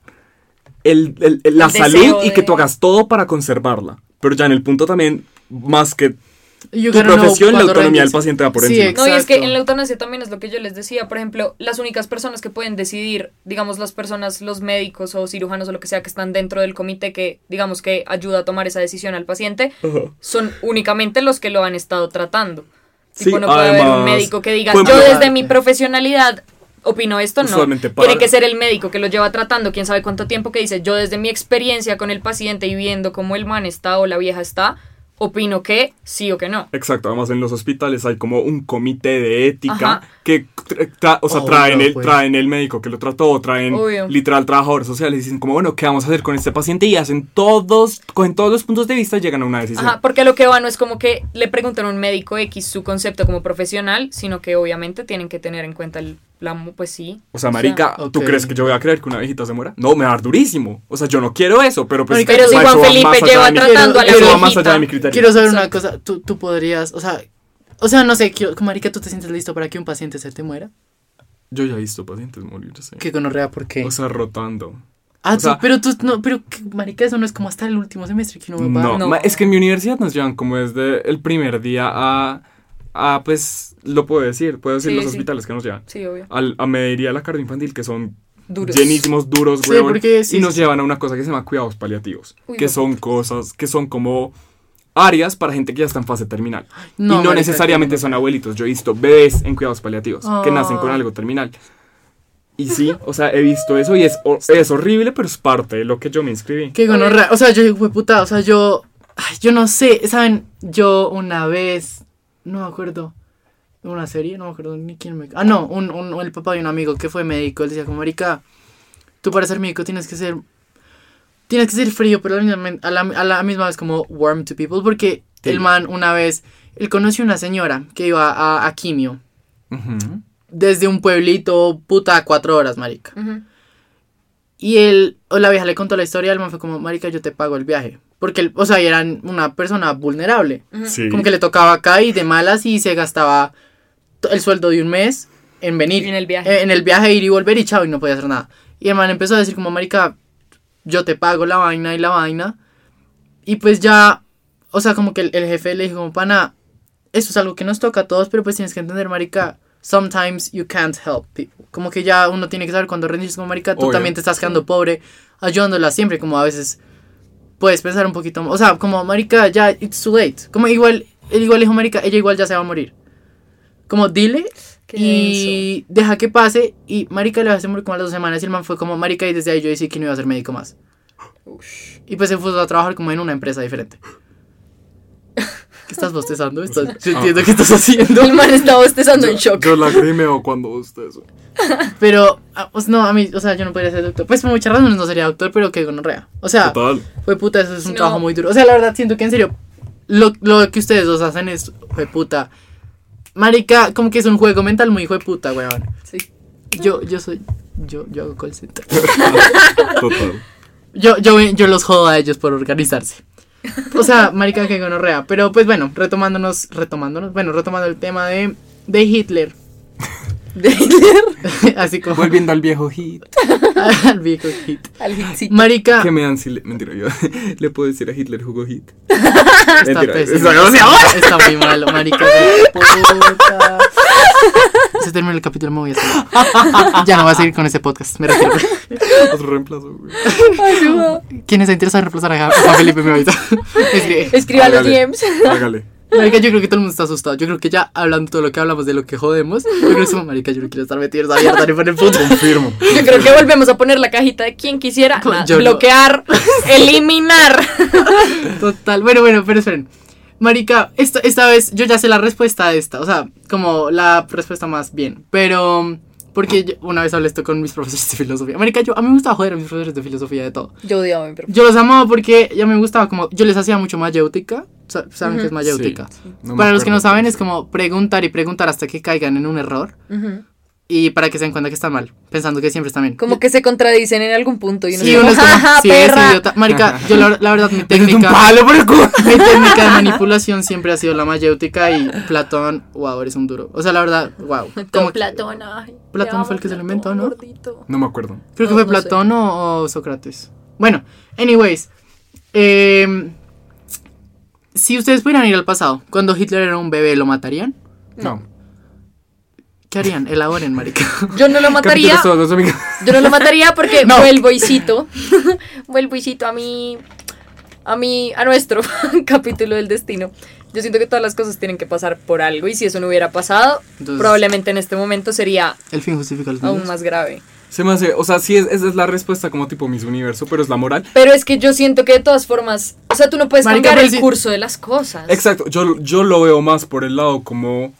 S3: el- el- el- la
S5: El deseo
S3: salud y que
S5: de-
S3: tú hagas todo para conservarla, pero ya en el punto también, más que
S2: You
S3: tu
S2: gotta know
S3: profesión, la
S2: cuándo
S3: autonomía
S2: rendirse.
S3: del paciente va por
S2: Sí,
S3: encima.
S2: exacto.
S5: No, y es que en la eutanasia también es lo que yo les decía. Por ejemplo, las únicas personas que pueden decidir, digamos, las personas, los médicos o cirujanos o lo que sea que están dentro del comité que, digamos, que ayuda a tomar esa decisión al paciente,
S3: Ajá.
S5: son únicamente los que lo han estado tratando.
S3: Sí,
S5: tipo, no puede haber un
S3: además, pues,
S5: médico que diga,
S3: pueden
S5: yo desde
S2: probarte".
S5: mi profesionalidad opino esto, no.
S3: Usualmente para-
S5: Tiene que ser el médico que lo lleva tratando, quién sabe cuánto tiempo, que dice, yo desde mi experiencia con el paciente y viendo cómo el man está o la vieja está, opino que sí o que no.
S3: Exacto, además en los hospitales hay como un comité de ética
S5: Ajá.
S3: que, tra- tra- o sea,
S2: Oh,
S3: traen,
S2: no,
S3: el,
S2: pues.
S3: traen el médico que lo trató, traen
S5: Obvio.
S3: literal trabajadores sociales y dicen como, bueno, ¿qué vamos a hacer con este paciente? Y hacen todos, con todos los puntos de vista llegan a una decisión.
S5: Ajá, porque a lo que va no es como que le preguntan a un médico X su concepto como profesional, sino que obviamente tienen que tener en cuenta el, la, mu- pues sí.
S3: O sea, marica, ¿tú
S2: ok.
S3: crees que yo voy a creer que una viejita se muera? No, me va a dar durísimo. O sea, yo no quiero eso, pero pues...
S2: Marica, Pero si
S3: eso
S5: Juan
S3: va
S5: Felipe
S3: más allá
S5: lleva
S3: de mi-
S2: tratando a la
S3: Eso va más
S5: viejita.
S3: allá de mi criterio.
S2: Quiero saber una
S5: Exacto.
S2: cosa, tú, tú podrías, o sea, o sea, no sé, quiero, como marica, ¿tú te sientes listo para que un paciente se te muera?
S3: Yo ya he visto pacientes morirse.
S2: Que gonorrea, ¿por qué?
S3: O sea, rotando.
S2: ah,
S3: o sea-
S2: tú, pero tú, no, pero, ¿qué, marica, eso no es como hasta el último semestre que uno va.
S3: No,
S5: No.
S3: ma- es que en mi universidad nos llevan como desde el primer día a, a pues, lo puedo decir, puedo decir
S5: Sí,
S3: los
S5: sí.
S3: hospitales que nos llevan.
S5: Sí, obvio.
S3: Al, a medir a la cardio infantil, que son
S5: Duros.
S3: llenísimos, duros,
S2: Sí,
S3: huevón,
S2: porque sí,
S3: y nos
S2: sí.
S3: llevan a una cosa que se llama cuidados paliativos,
S5: Uy,
S3: que
S5: hijo
S3: son cosas, que son como áreas para gente que ya está en fase terminal.
S2: No,
S3: y no
S2: marica,
S3: necesariamente son abuelitos. Yo he visto bebés en cuidados paliativos que nacen con
S2: Ah.
S5: Ay.
S3: algo terminal. Y sí, o sea, he visto eso y es, hor- es horrible, pero es parte de lo que yo me inscribí.
S2: Que gonorrea, o sea, yo digo, puta, o sea, yo, ay, yo no sé, ¿saben? Yo una vez, no me acuerdo, una serie, no me acuerdo ni quién me... Ah, no, un, un- el papá de un amigo que fue médico, él decía como, marica, tú para ser médico tienes que ser, tienes que ser frío, pero a la misma, a la, a la misma vez como warm to people, porque
S3: Sí.
S2: el man una vez, él conoció una señora que iba a, a quimio,
S3: Ujú.
S2: desde un pueblito, puta, a cuatro horas, marica.
S5: Ujú.
S2: Y él, o la vieja le contó la historia, el man fue como, marica, yo te pago el viaje. Porque, él, o sea, y eran una persona vulnerable.
S3: Sí.
S2: Como que le tocaba acá y de malas y se gastaba to- el sueldo de un mes en venir.
S5: En el viaje.
S2: Eh, En, el viaje, ir y volver y chao, y no podía hacer nada. Y el man empezó a decir como, marica, yo te pago la vaina y la vaina. Y pues ya, o sea, como que el, el jefe le dijo como, pana, eso es algo que nos toca a todos, pero pues tienes que entender, marica, sometimes you can't help people. Como que ya uno tiene que saber cuando rendirse como, marica, tú
S3: Obvio.
S2: también te estás quedando pobre, ayudándola siempre, como a veces puedes pensar un poquito, o sea, como, marica, ya, it's too late. Como igual, él igual dijo, marica, ella igual ya se va a morir. Como, dile
S5: Qué
S2: y deja que pase y marica le hace morir como a las dos semanas y el man fue como, marica, y desde ahí yo decidí que no iba a ser médico más.
S5: Ush.
S2: Y pues se puso a trabajar como en una empresa
S5: [laughs]
S2: diferente. ¿Qué estás bostezando? Estás- yo entiendo qué estás haciendo.
S5: El man está bostezando en shock.
S3: Yo lagrimeo cuando usted eso.
S2: Pero, ah, pues, no, a mí, o sea, yo no podría ser doctor. Pues por muchas razones no sería doctor, pero que gonorrea. O sea,
S3: Total.
S2: fue puta, eso es un
S5: No.
S2: trabajo muy duro. O sea, la verdad, siento que en serio, lo, lo que ustedes dos hacen es, fue puta. Marica, como que es un juego mental muy hijo de puta, weón.
S5: Sí.
S2: Yo, yo soy, yo, yo hago call center.
S3: Total.
S2: Yo, yo, yo los jodo a ellos por organizarse. O sea, marica que gonorrea. Pero pues bueno, retomándonos, retomándonos, bueno, retomando el tema de, de Hitler. [laughs]
S5: De Hitler
S2: Así como
S3: Volviendo al viejo hit.
S2: [laughs] al viejo hit.
S5: al Hitler.
S2: Marica,
S3: Que me dan si le- Mentira, yo [laughs] le puedo decir a Hitler jugó hit.
S2: [laughs] está
S3: Mentira.
S2: pésimo.
S3: Eso, o sea, ahora.
S2: Está muy malo, marica. de
S3: [laughs]
S2: Puta. Se termina el capítulo, me voy a salir. Ya no voy a seguir con ese podcast, me refiero.
S3: Otro reemplazo, güey.
S5: Ayuda.
S2: ¿Quién está interesado en reemplazar a Juan Felipe me [laughs] ahorita? Escribe.
S5: Escriba los
S3: Hágale,
S2: [laughs]
S5: DMs.
S3: Hágale.
S2: Marica, yo creo que todo el mundo está asustado. Yo creo que ya hablando todo lo que hablamos de lo que jodemos, yo creo que es como, marica, yo no quiero estar metido en esa mierda ni por el puto.
S3: Confirmo.
S5: Yo creo que volvemos a poner la cajita de quien quisiera.
S2: Con-
S5: Nada,
S2: yo no.
S5: bloquear, eliminar.
S2: Total. Bueno, bueno, pero esperen. Marica, esta, esta vez yo ya sé la respuesta a esta. O sea, como la respuesta más bien. Pero, um, porque yo- una vez hablé esto con mis [laughs] profesores de filosofía. Marica, yo, a mí me gustaba joder a mis profesores de filosofía de todo.
S5: Yo odiaba a mi profe.
S2: Yo los amaba porque ya me gustaba como, yo les hacía mucho mayéutica. Sa- ¿Saben qué es mayéutica?
S3: Sí. No me
S2: Para los que
S3: acuerdo.
S2: no saben, es como preguntar y preguntar hasta que caigan en un error.
S5: Ujú.
S2: Y para que se den cuenta que están mal, pensando que siempre están bien.
S5: Como que se contradicen en algún punto. Y uno
S2: Sí,
S5: dice,
S2: uno es como,
S5: "Jaja,
S2: sí, es
S5: perra".
S2: idiota. Marica, yo la, la verdad, mi
S3: Eso es un
S2: técnica,
S3: palo por el culo.
S2: mi técnica de manipulación siempre ha sido la mayéutica y Platón, wow, eres un duro. O sea, la verdad, wow.
S5: Como
S2: que-
S5: Platón, ay,
S2: Platón
S5: te amo,
S2: fue el que se lo inventó,
S5: Platón,
S2: ¿no?
S5: gordito.
S3: No me acuerdo.
S2: Creo que
S5: No,
S2: fue
S5: no sé.
S2: Platón o, o Sócrates. Bueno, anyways. eh, si ustedes pudieran ir al pasado, cuando Hitler era un bebé, ¿lo matarían?
S3: No.
S2: ¿Qué harían? Elaboren, marica. [laughs]
S5: Yo no lo mataría.
S3: Capítulos todos los domingos.
S5: Yo no lo mataría
S2: [laughs]
S5: porque
S2: No.
S5: vuelvo y cito. [laughs] vuelvo y cito a mi. A mi. A nuestro [laughs] capítulo del destino. Yo siento que todas las cosas tienen que pasar por algo. Y si eso no hubiera pasado,
S2: Entonces-
S5: probablemente en este momento sería
S2: El fin justifica los medios.
S5: aún más grave.
S3: [laughs] Se me hace, o sea, sí, es, esa es la respuesta como tipo Miss Universo, pero es la moral.
S5: Pero es que yo siento que de todas formas, o sea, tú no puedes
S2: Marica,
S5: cambiar
S2: pero
S5: el
S2: si-
S5: curso de las cosas.
S3: Exacto, yo, yo lo veo más por el lado como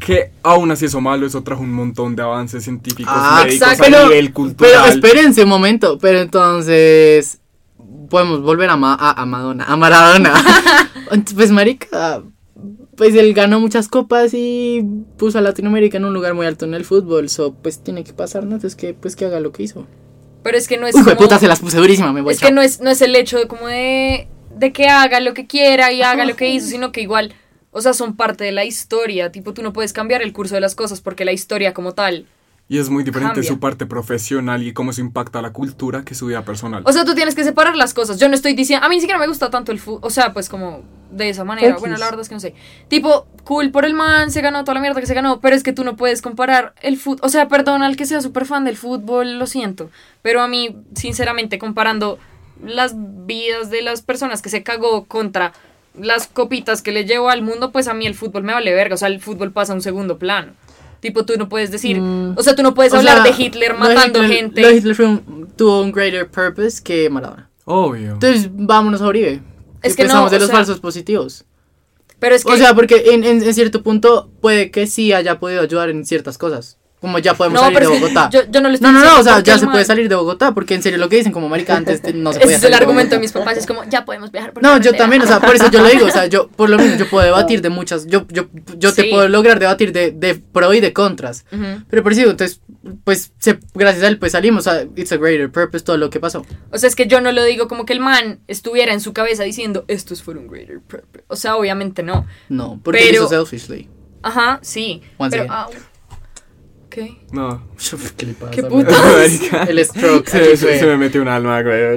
S3: que aún así eso malo, eso trajo un montón de avances científicos,
S2: Ah,
S3: médicos,
S5: exacto.
S3: a
S2: Pero,
S3: nivel cultural.
S2: pero espérense un momento, pero entonces podemos volver a, Ma- a, a Madonna, a
S5: [laughs]
S2: Maradona. Ent- pues marica, pues él ganó muchas copas y puso a Latinoamérica en un lugar muy alto en el fútbol, so pues tiene que pasar, ¿no? Entonces que pues que haga lo que hizo.
S5: Pero es que no es
S2: Uy,
S5: como-
S2: puta, se las puse durísima, me voy.
S5: Es que
S2: chao.
S5: no es, no es el hecho de como de, de que haga lo que quiera y haga lo que hizo, sino que igual, o sea, son parte de la historia. Tipo, tú no puedes cambiar el curso de las cosas porque la historia como tal.
S3: y es muy diferente
S5: Cambia.
S3: su parte profesional y cómo eso impacta a la cultura que su vida personal.
S5: O sea, tú tienes que separar las cosas. Yo no estoy diciendo. A mí ni siquiera me gusta tanto el fútbol. O sea, pues como de esa manera.
S2: X.
S5: Bueno, la verdad es que no sé. Tipo, cool por el man, se ganó toda la mierda que se ganó. Pero es que tú no puedes comparar el fútbol. O sea, perdón al que sea súper fan del fútbol, lo siento. Pero a mí, sinceramente, comparando las vidas de las personas que se cagó contra las copitas que le llevo al mundo, pues a mí el fútbol me vale verga. O sea, el fútbol pasa a un segundo plano. Tipo, tú no puedes decir. O sea, tú no puedes
S2: Mm. O
S5: hablar
S2: sea,
S5: de Hitler
S2: lo
S5: matando
S2: Hitler-
S5: gente.
S2: Lo de Hitler fue un- tuvo un greater purpose que Maradona.
S3: Obvio.
S2: Entonces, vámonos a Uribe.
S5: Es
S2: ¿Qué
S5: que no,
S2: pensamos de
S5: o
S2: los
S5: sea-
S2: falsos positivos.
S5: Pero es que.
S2: O sea, porque en, en- en cierto punto puede que sí haya podido ayudar en ciertas cosas. Como ya podemos
S5: No,
S2: salir de
S5: pero es que
S2: Bogotá.
S5: yo- yo no le estoy
S2: No, no,
S5: diciendo
S2: o sea,
S5: porque
S2: ya
S5: el
S2: se
S5: man-
S2: puede salir de Bogotá. Porque en serio lo que dicen, como marica,
S5: [laughs]
S2: antes te- no se
S5: Ese
S2: podía
S5: es el
S2: salir de
S5: argumento de
S2: Bogotá.
S5: mis papás, es como, ya podemos viajar por
S2: No, yo
S5: carretera.
S2: también, o sea, por eso yo lo digo, o sea, yo por lo menos yo
S5: [laughs]
S2: puedo debatir de muchas, yo, yo, yo te
S5: Sí.
S2: puedo lograr debatir de, de pro y de contras.
S5: Ujú.
S2: Pero por eso, digo, entonces, pues, se- gracias a él, pues salimos, o sea, it's a greater purpose, todo lo que pasó.
S5: O sea, es que yo no lo digo como que el man estuviera en su cabeza diciendo, estos fueron greater purpose. O sea, obviamente no.
S2: No, porque
S5: Pero-
S2: hizo selfishly. [laughs]
S5: Ajá, sí.
S2: Once
S5: pero,
S2: again.
S5: ah, ¿qué?
S3: No.
S2: ¿Qué le pasa?
S5: ¿Qué
S2: man?
S5: putas?
S3: [laughs]
S2: [laughs] El stroke.
S3: se,
S2: aquí
S3: se-
S2: fue.
S3: se me metió un alma, güey.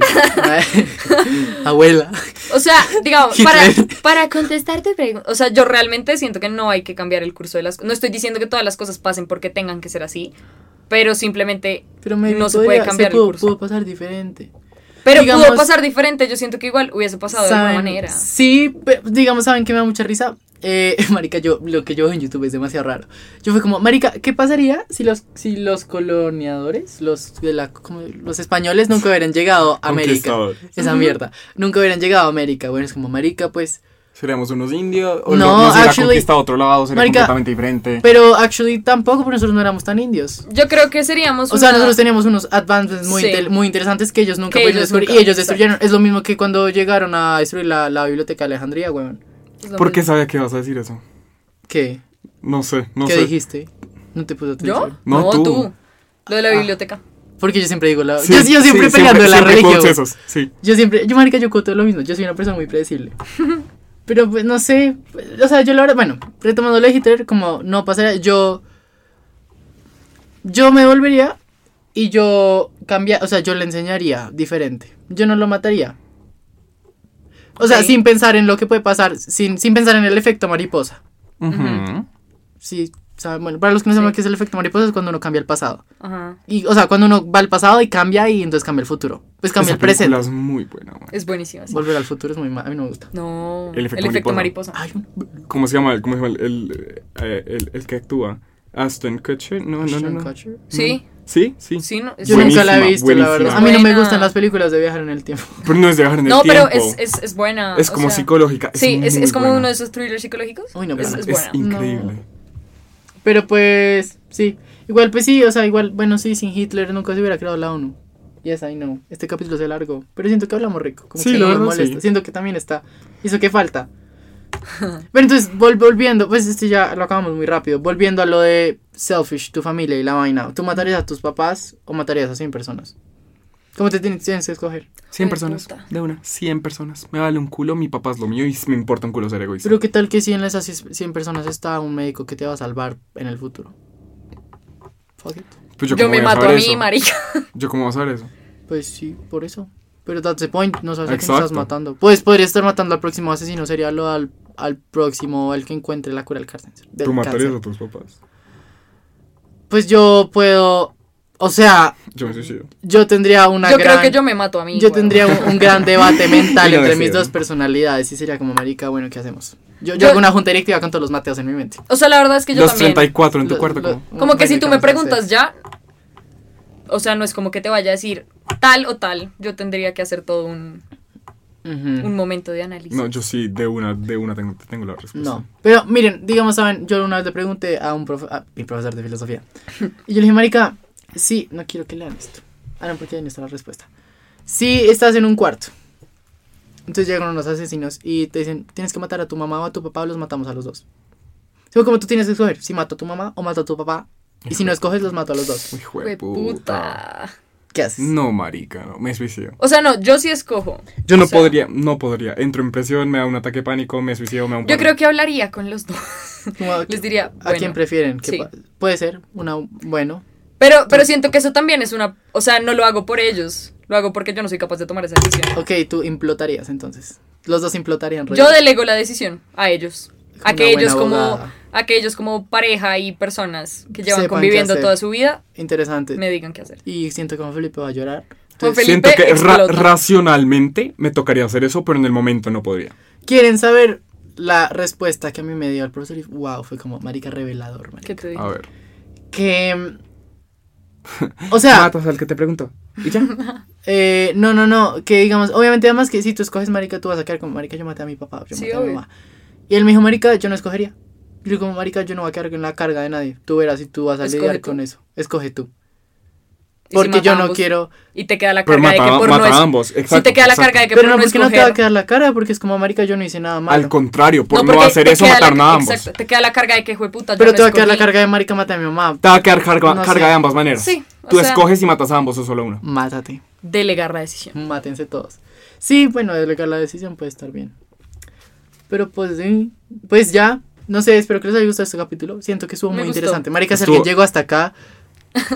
S2: [laughs] Abuela. [laughs]
S5: O sea, digamos, para,
S2: Hitler.
S5: para contestarte preguntas. O sea, yo realmente siento que no hay que cambiar el curso de las No estoy diciendo que todas las cosas pasen porque tengan que ser así. Pero simplemente
S2: Pero me
S5: no se puede cambiar
S2: pudo,
S5: el curso.
S2: pudo pasar diferente.
S5: pero pudo
S2: digamos-
S5: pasar diferente. Yo siento que igual hubiese pasado de
S2: ¿Saben?
S5: alguna manera.
S2: Sí, pe- digamos, ¿saben que me da mucha risa? Eh, [laughs] marica, yo lo que yo veo en YouTube es demasiado raro. Yo fue como, marica, ¿qué pasaría si los si los coloniadores, los de la como- los españoles nunca hubieran llegado a América?
S3: Conquistador.
S2: Esa mierda. Nunca hubieran llegado a América. Bueno, es como, marica, pues
S3: Seríamos unos indios. O
S2: No,
S3: no, no hubiera
S2: actually-
S3: conquistado otro lado, sería
S2: Marica,
S3: completamente diferente.
S2: pero actually tampoco, porque nosotros no éramos tan indios.
S5: Yo creo que seríamos.
S2: O sea,
S5: una-
S2: nosotros teníamos unos advances muy,
S5: Sí.
S2: intel- muy interesantes que ellos nunca
S5: Que
S2: pudieron
S5: ellos
S2: descubrir.
S5: nunca,
S2: y ellos destruyeron. Es lo mismo que cuando llegaron a destruir la, la biblioteca de Alejandría, weón.
S5: es lo
S3: ¿Por qué
S5: mismo.
S3: sabía que ibas a decir eso?
S2: ¿Qué?
S3: No sé, no
S2: ¿Qué
S3: sé.
S2: dijiste? No te puedo
S5: ¿Yo?
S2: atención.
S3: No, tú. Ah.
S5: Lo de la biblioteca.
S2: Porque yo siempre digo la.
S3: Sí,
S2: yo, yo
S3: sí,
S2: siempre peleando la
S3: siempre
S2: religión.
S3: con esos, sí.
S2: Yo siempre. Yo, marica, yo cuento lo mismo. Yo soy una persona muy
S5: [laughs]
S2: predecible. Pero pues no sé. O sea, yo la verdad. Bueno, retomando lo de Hitler, como no pasaría. Yo. Yo me volvería y yo cambiaría. O sea, yo le enseñaría diferente. Yo no lo mataría. O sea,
S5: Ok.
S2: sin pensar en lo que puede pasar, sin, sin pensar en el efecto mariposa. Sí, saben, bueno, para los que no saben
S5: Sí.
S2: lo que es el efecto mariposa, es cuando uno cambia el pasado.
S5: Ajá.
S2: Y, o sea, cuando uno va al pasado y cambia y entonces cambia el futuro. Pues cambia
S3: Esa
S2: el presente.
S3: película es muy buena, man.
S5: Es buenísima. sí.
S2: Volver al futuro es muy mal. A mí no me gusta.
S5: No.
S3: El efecto mariposa.
S5: mariposa.
S2: Ay,
S3: ¿Cómo se llama? el- ¿Cómo se llama el, el, eh, el- el que actúa? Aston Kutcher. No, no, no.
S2: Ashton
S3: no.
S2: Kutcher.
S5: Sí.
S3: ¿Sí? Sí.
S5: Sí, no. es-
S2: Yo nunca la he
S3: Buenísima,
S2: visto, la
S3: buenísima.
S2: verdad. A mí no me
S5: Buena.
S2: gustan las películas de viajar en el tiempo. [laughs]
S3: Pero no es de viajar en
S5: No,
S3: el tiempo.
S5: pero es, es, es buena.
S3: Es
S5: Ah, o
S3: como
S5: sea,
S3: psicológica. es
S5: Sí, es,
S3: muy
S5: es como
S3: buena.
S5: uno de esos thrillers psicológicos.
S2: Uy, no,
S5: es,
S2: pero
S5: es
S2: no.
S5: buena.
S3: Es increíble.
S2: Pero pues, sí. Igual, pues sí, o sea, igual, bueno, sí, sin Hitler nunca se hubiera creado la ONU. Yes, I know. Este capítulo se largo. Pero siento que hablamos rico. Como
S3: Sí, la
S2: que no me
S3: verdad,
S2: molesta.
S3: sí.
S2: Siento que también está. ¿Hizo que falta? Pero entonces, vol- volviendo, pues este ya lo acabamos muy rápido. Volviendo a lo de selfish, tu familia y la vaina. ¿Tú matarías a tus papás o matarías a 100 personas? ¿Cómo te tienes, tienes que escoger?
S3: 100
S5: Ay,
S3: personas.
S5: puta.
S3: De una. 100 personas. Me vale un culo, mi papá es lo mío y me importa un culo ser egoísta.
S2: Pero qué tal que si en esas 100 personas está un médico que te va a salvar en el futuro. Fuck it.
S3: Pues
S5: Yo,
S3: cómo
S5: me
S3: voy
S5: mato a
S3: saber
S5: mí,
S3: eso.
S5: marica.
S3: Yo cómo voy a saber eso.
S2: Pues sí, por eso. Pero that's the point, no sabes a quién
S3: Exacto.
S2: estás matando. Pues podría estar matando al próximo asesino serial o al, al próximo, el que encuentre la cura del cárcel. del
S3: Tú matarías a
S2: cáncer.
S3: tus papás.
S2: Pues yo puedo, o sea,
S3: Yo me suicido.
S2: yo tendría una
S5: Yo
S2: gran...
S5: creo que yo me mato a mí.
S2: yo
S5: weón.
S2: tendría un, un gran debate
S3: [laughs]
S2: mental
S3: Yo
S2: entre
S3: decido.
S2: mis dos personalidades y sería como, marica, bueno, ¿qué hacemos? Yo, yo,
S5: Yo-
S2: hago una junta directiva con todos los mateos en mi mente.
S5: O sea, la verdad es que yo
S3: Los
S5: también.
S3: 34 en tu
S2: Lo-
S3: cuarto.
S2: lo-
S3: como
S5: Como que si
S2: Bueno,
S5: tú
S2: ¿qué
S5: me
S2: vamos a hacer?
S5: preguntas ya. O sea, no es como que te vaya a decir tal o tal. Yo tendría que hacer todo un,
S2: Ujú.
S5: un momento de análisis.
S3: No, yo sí, de una, de una tengo, tengo la respuesta.
S2: No. Pero miren, digamos, saben, yo una vez le pregunté a un profe, a mi profesor de
S5: [laughs]
S2: filosofía. Y yo le dije, Marica, sí, no quiero que lean esto. Ah, no, porque ahí no está la respuesta. Si estás en un cuarto. Entonces llegan unos asesinos y te dicen, tienes que matar a tu mamá o a tu papá, o los matamos a los dos. Fue como tú tienes que escoger, si mato a tu mamá o mato a tu papá. Y si no escoges, los mato a los dos.
S3: Hijo de puta.
S5: Puta.
S2: ¿Qué haces?
S5: Mm.
S3: No, marica, no, me suicido.
S5: O sea, no, yo sí escojo.
S3: Yo no
S5: O sea,
S3: podría, no podría. Entro en presión, me da un ataque de pánico, me suicido, me da un
S5: Yo
S3: paro.
S5: creo que hablaría con los dos.
S2: Como a-
S5: [laughs] Les diría,
S2: ¿A
S5: bueno,
S2: quién prefieren? ¿Qué
S5: sí.
S2: pa- Puede ser, una, bueno.
S5: Pero, pero siento que eso también es una... O sea, no lo hago por ellos. Lo hago porque yo no soy capaz de tomar esa decisión.
S2: Ok, tú implotarías entonces. Los dos implotarían. re
S5: Yo delego la decisión a ellos. A
S2: Una
S5: que ellos
S2: buena
S5: como,
S2: abogada.
S5: a que ellos como pareja y personas que
S2: Sepan
S5: llevan
S2: qué
S5: conviviendo
S2: hacer.
S5: toda su vida
S2: Interesante.
S5: me digan qué hacer.
S2: Y siento que Juan Felipe va a llorar.
S5: Juan
S2: Entonces,
S3: Siento
S5: Felipe
S3: que ra-
S5: explota.
S3: racionalmente me tocaría hacer eso, pero en el momento no podría.
S2: ¿Quieren saber la respuesta que a mí me dio el profesor? Y, wow, fue como marica revelador, marica.
S5: ¿Qué te digo?
S3: A ver.
S2: Que... mm, O sea,
S3: al que te pregunto. Y ya.
S2: eh, no, no, no, que digamos, obviamente además que si tú escoges marica, tú vas a quedar como marica, yo maté a mi papá, yo
S5: Sí,
S2: maté a mi
S5: obvio.
S2: mamá. Y él me dijo, marica, yo no escogería. Y yo como, marica, yo no voy a quedar con la carga de nadie. Tú verás si tú vas a
S5: Escoge
S2: lidiar
S5: tú.
S2: con eso. Escoge tú.
S5: Y si
S2: Porque
S5: mata
S2: yo
S5: a
S2: no
S5: ambos.
S2: quiero...
S5: Y te queda la
S3: Pero
S5: carga de que
S3: mata-
S5: por
S3: mata
S5: no
S3: a
S5: es-
S3: ambos,
S5: Si
S3: exacto,
S5: te queda la
S3: exacto.
S5: carga de que
S2: Pero
S5: por
S2: no,
S5: no
S2: porque no te va a
S5: escoger.
S2: quedar la cara, porque es como, marica, yo no hice nada malo.
S3: Al contrario, por no,
S5: porque
S3: hacer
S5: te
S3: eso,
S5: queda la-
S3: matar nada a ambos.
S5: Exacto, te queda la carga de que jueputa yo
S2: Pero
S5: no
S2: te va a quedar la
S5: escogí.
S2: carga de marica, mata a mi mamá.
S3: Te va a quedar carga,
S2: No
S3: carga
S2: sé.
S3: de ambas maneras.
S5: Sí, o
S3: Tú
S5: sea-
S3: escoges y matas a ambos o solo a
S5: [laughs]
S3: uno.
S2: Mátate.
S5: Delegar la
S2: [laughs]
S5: decisión.
S2: Mátense todos. Sí, bueno, delegar la decisión puede estar bien. Pero pues sí, pues ya. No sé, espero que les haya gustado este capítulo. Siento que estuvo
S5: Me
S2: muy
S5: gustó.
S2: interesante. Marica, si
S3: Estuvo- Eh,
S2: alguien llegó hasta acá,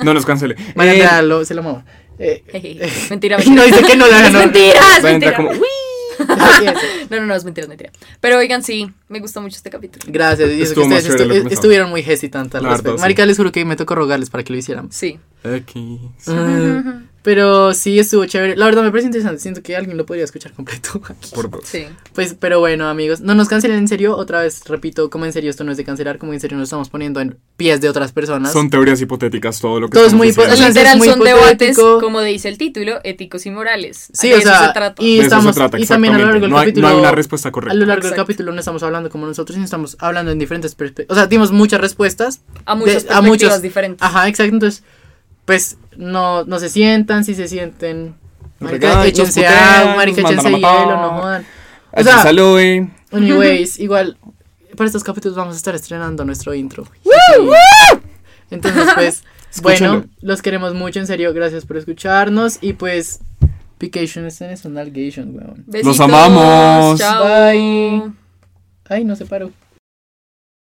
S3: No nos cancele.
S2: María
S3: Eh,
S2: Andrea lo- se la mama. Eh, [laughs]
S5: Jeje, mentira,
S2: y no
S5: mentira.
S2: dice que no la [laughs]
S5: Es
S2: ganó.
S5: mentira, es
S3: Vayan a entrar
S5: mentira.
S3: como,
S2: Así es.
S5: No, no, no, es mentira, es mentira. Pero oigan, sí, me gusta mucho este capítulo.
S2: Gracias. Y eso que
S3: Estuvo más
S2: ustedes
S3: chévere de lo
S2: estu- eh,
S3: que pensaba.
S2: estuvieron muy hesitantes al
S3: La verdad,
S2: respecto.
S3: sí.
S2: Marica, les juro que me tocó rogarles para que lo hicieran.
S5: Sí.
S3: Aquí.
S2: Ah, [laughs] pero sí, estuvo chévere. La verdad, me parece interesante. Siento que alguien lo podría escuchar completo aquí.
S3: Por dos.
S5: Sí.
S2: Pues, pero bueno, amigos, no nos cancelen en serio. Otra vez, repito, como en serio esto no es de cancelar, como en serio nos estamos poniendo en pies de otras personas.
S3: Son teorías hipotéticas todo lo que
S2: Todo es
S3: estamos
S2: muy
S3: diciendo.
S2: pues, O sea,
S5: Literal
S2: es muy
S5: son debates,
S2: hipotético.
S5: como dice el título, éticos y morales.
S2: sí,
S5: De
S2: o
S5: eso
S2: sea,
S5: se trata.
S2: y
S3: De eso se
S2: estamos
S3: trata,
S2: y también a lo largo
S3: exactamente.
S2: del
S3: No hay-
S2: capítulo
S3: no hay una respuesta correcta.
S2: A lo largo del
S5: Exacto.
S2: capítulo no estamos hablando como nosotros, sino estamos hablando en diferentes perspectivas. O sea, dimos muchas respuestas
S5: A
S2: de-
S5: muchas
S2: a
S5: perspectivas
S2: muchos
S5: diferentes.
S2: Ajá, exacto. Entonces, pues no no se sientan, si se sienten
S3: Nos
S2: marica,
S3: regañan, nos
S2: échense
S3: putean,
S2: agua, marica,
S3: nos mandan
S2: échense
S3: a
S2: hielo,
S3: matar.
S2: no jodan. O
S3: Así,
S2: sea,
S3: salud, eh.
S2: Anyways, igual para estos capítulos vamos a estar estrenando nuestro intro. Entonces, pues, bueno,
S3: Escúchenlo.
S2: los queremos mucho, en serio, gracias por escucharnos y pues, vacation es en eso, nalgation, weón.
S5: Besitos,
S3: amamos.
S5: Chao.
S2: Bye. Ay, no se paró.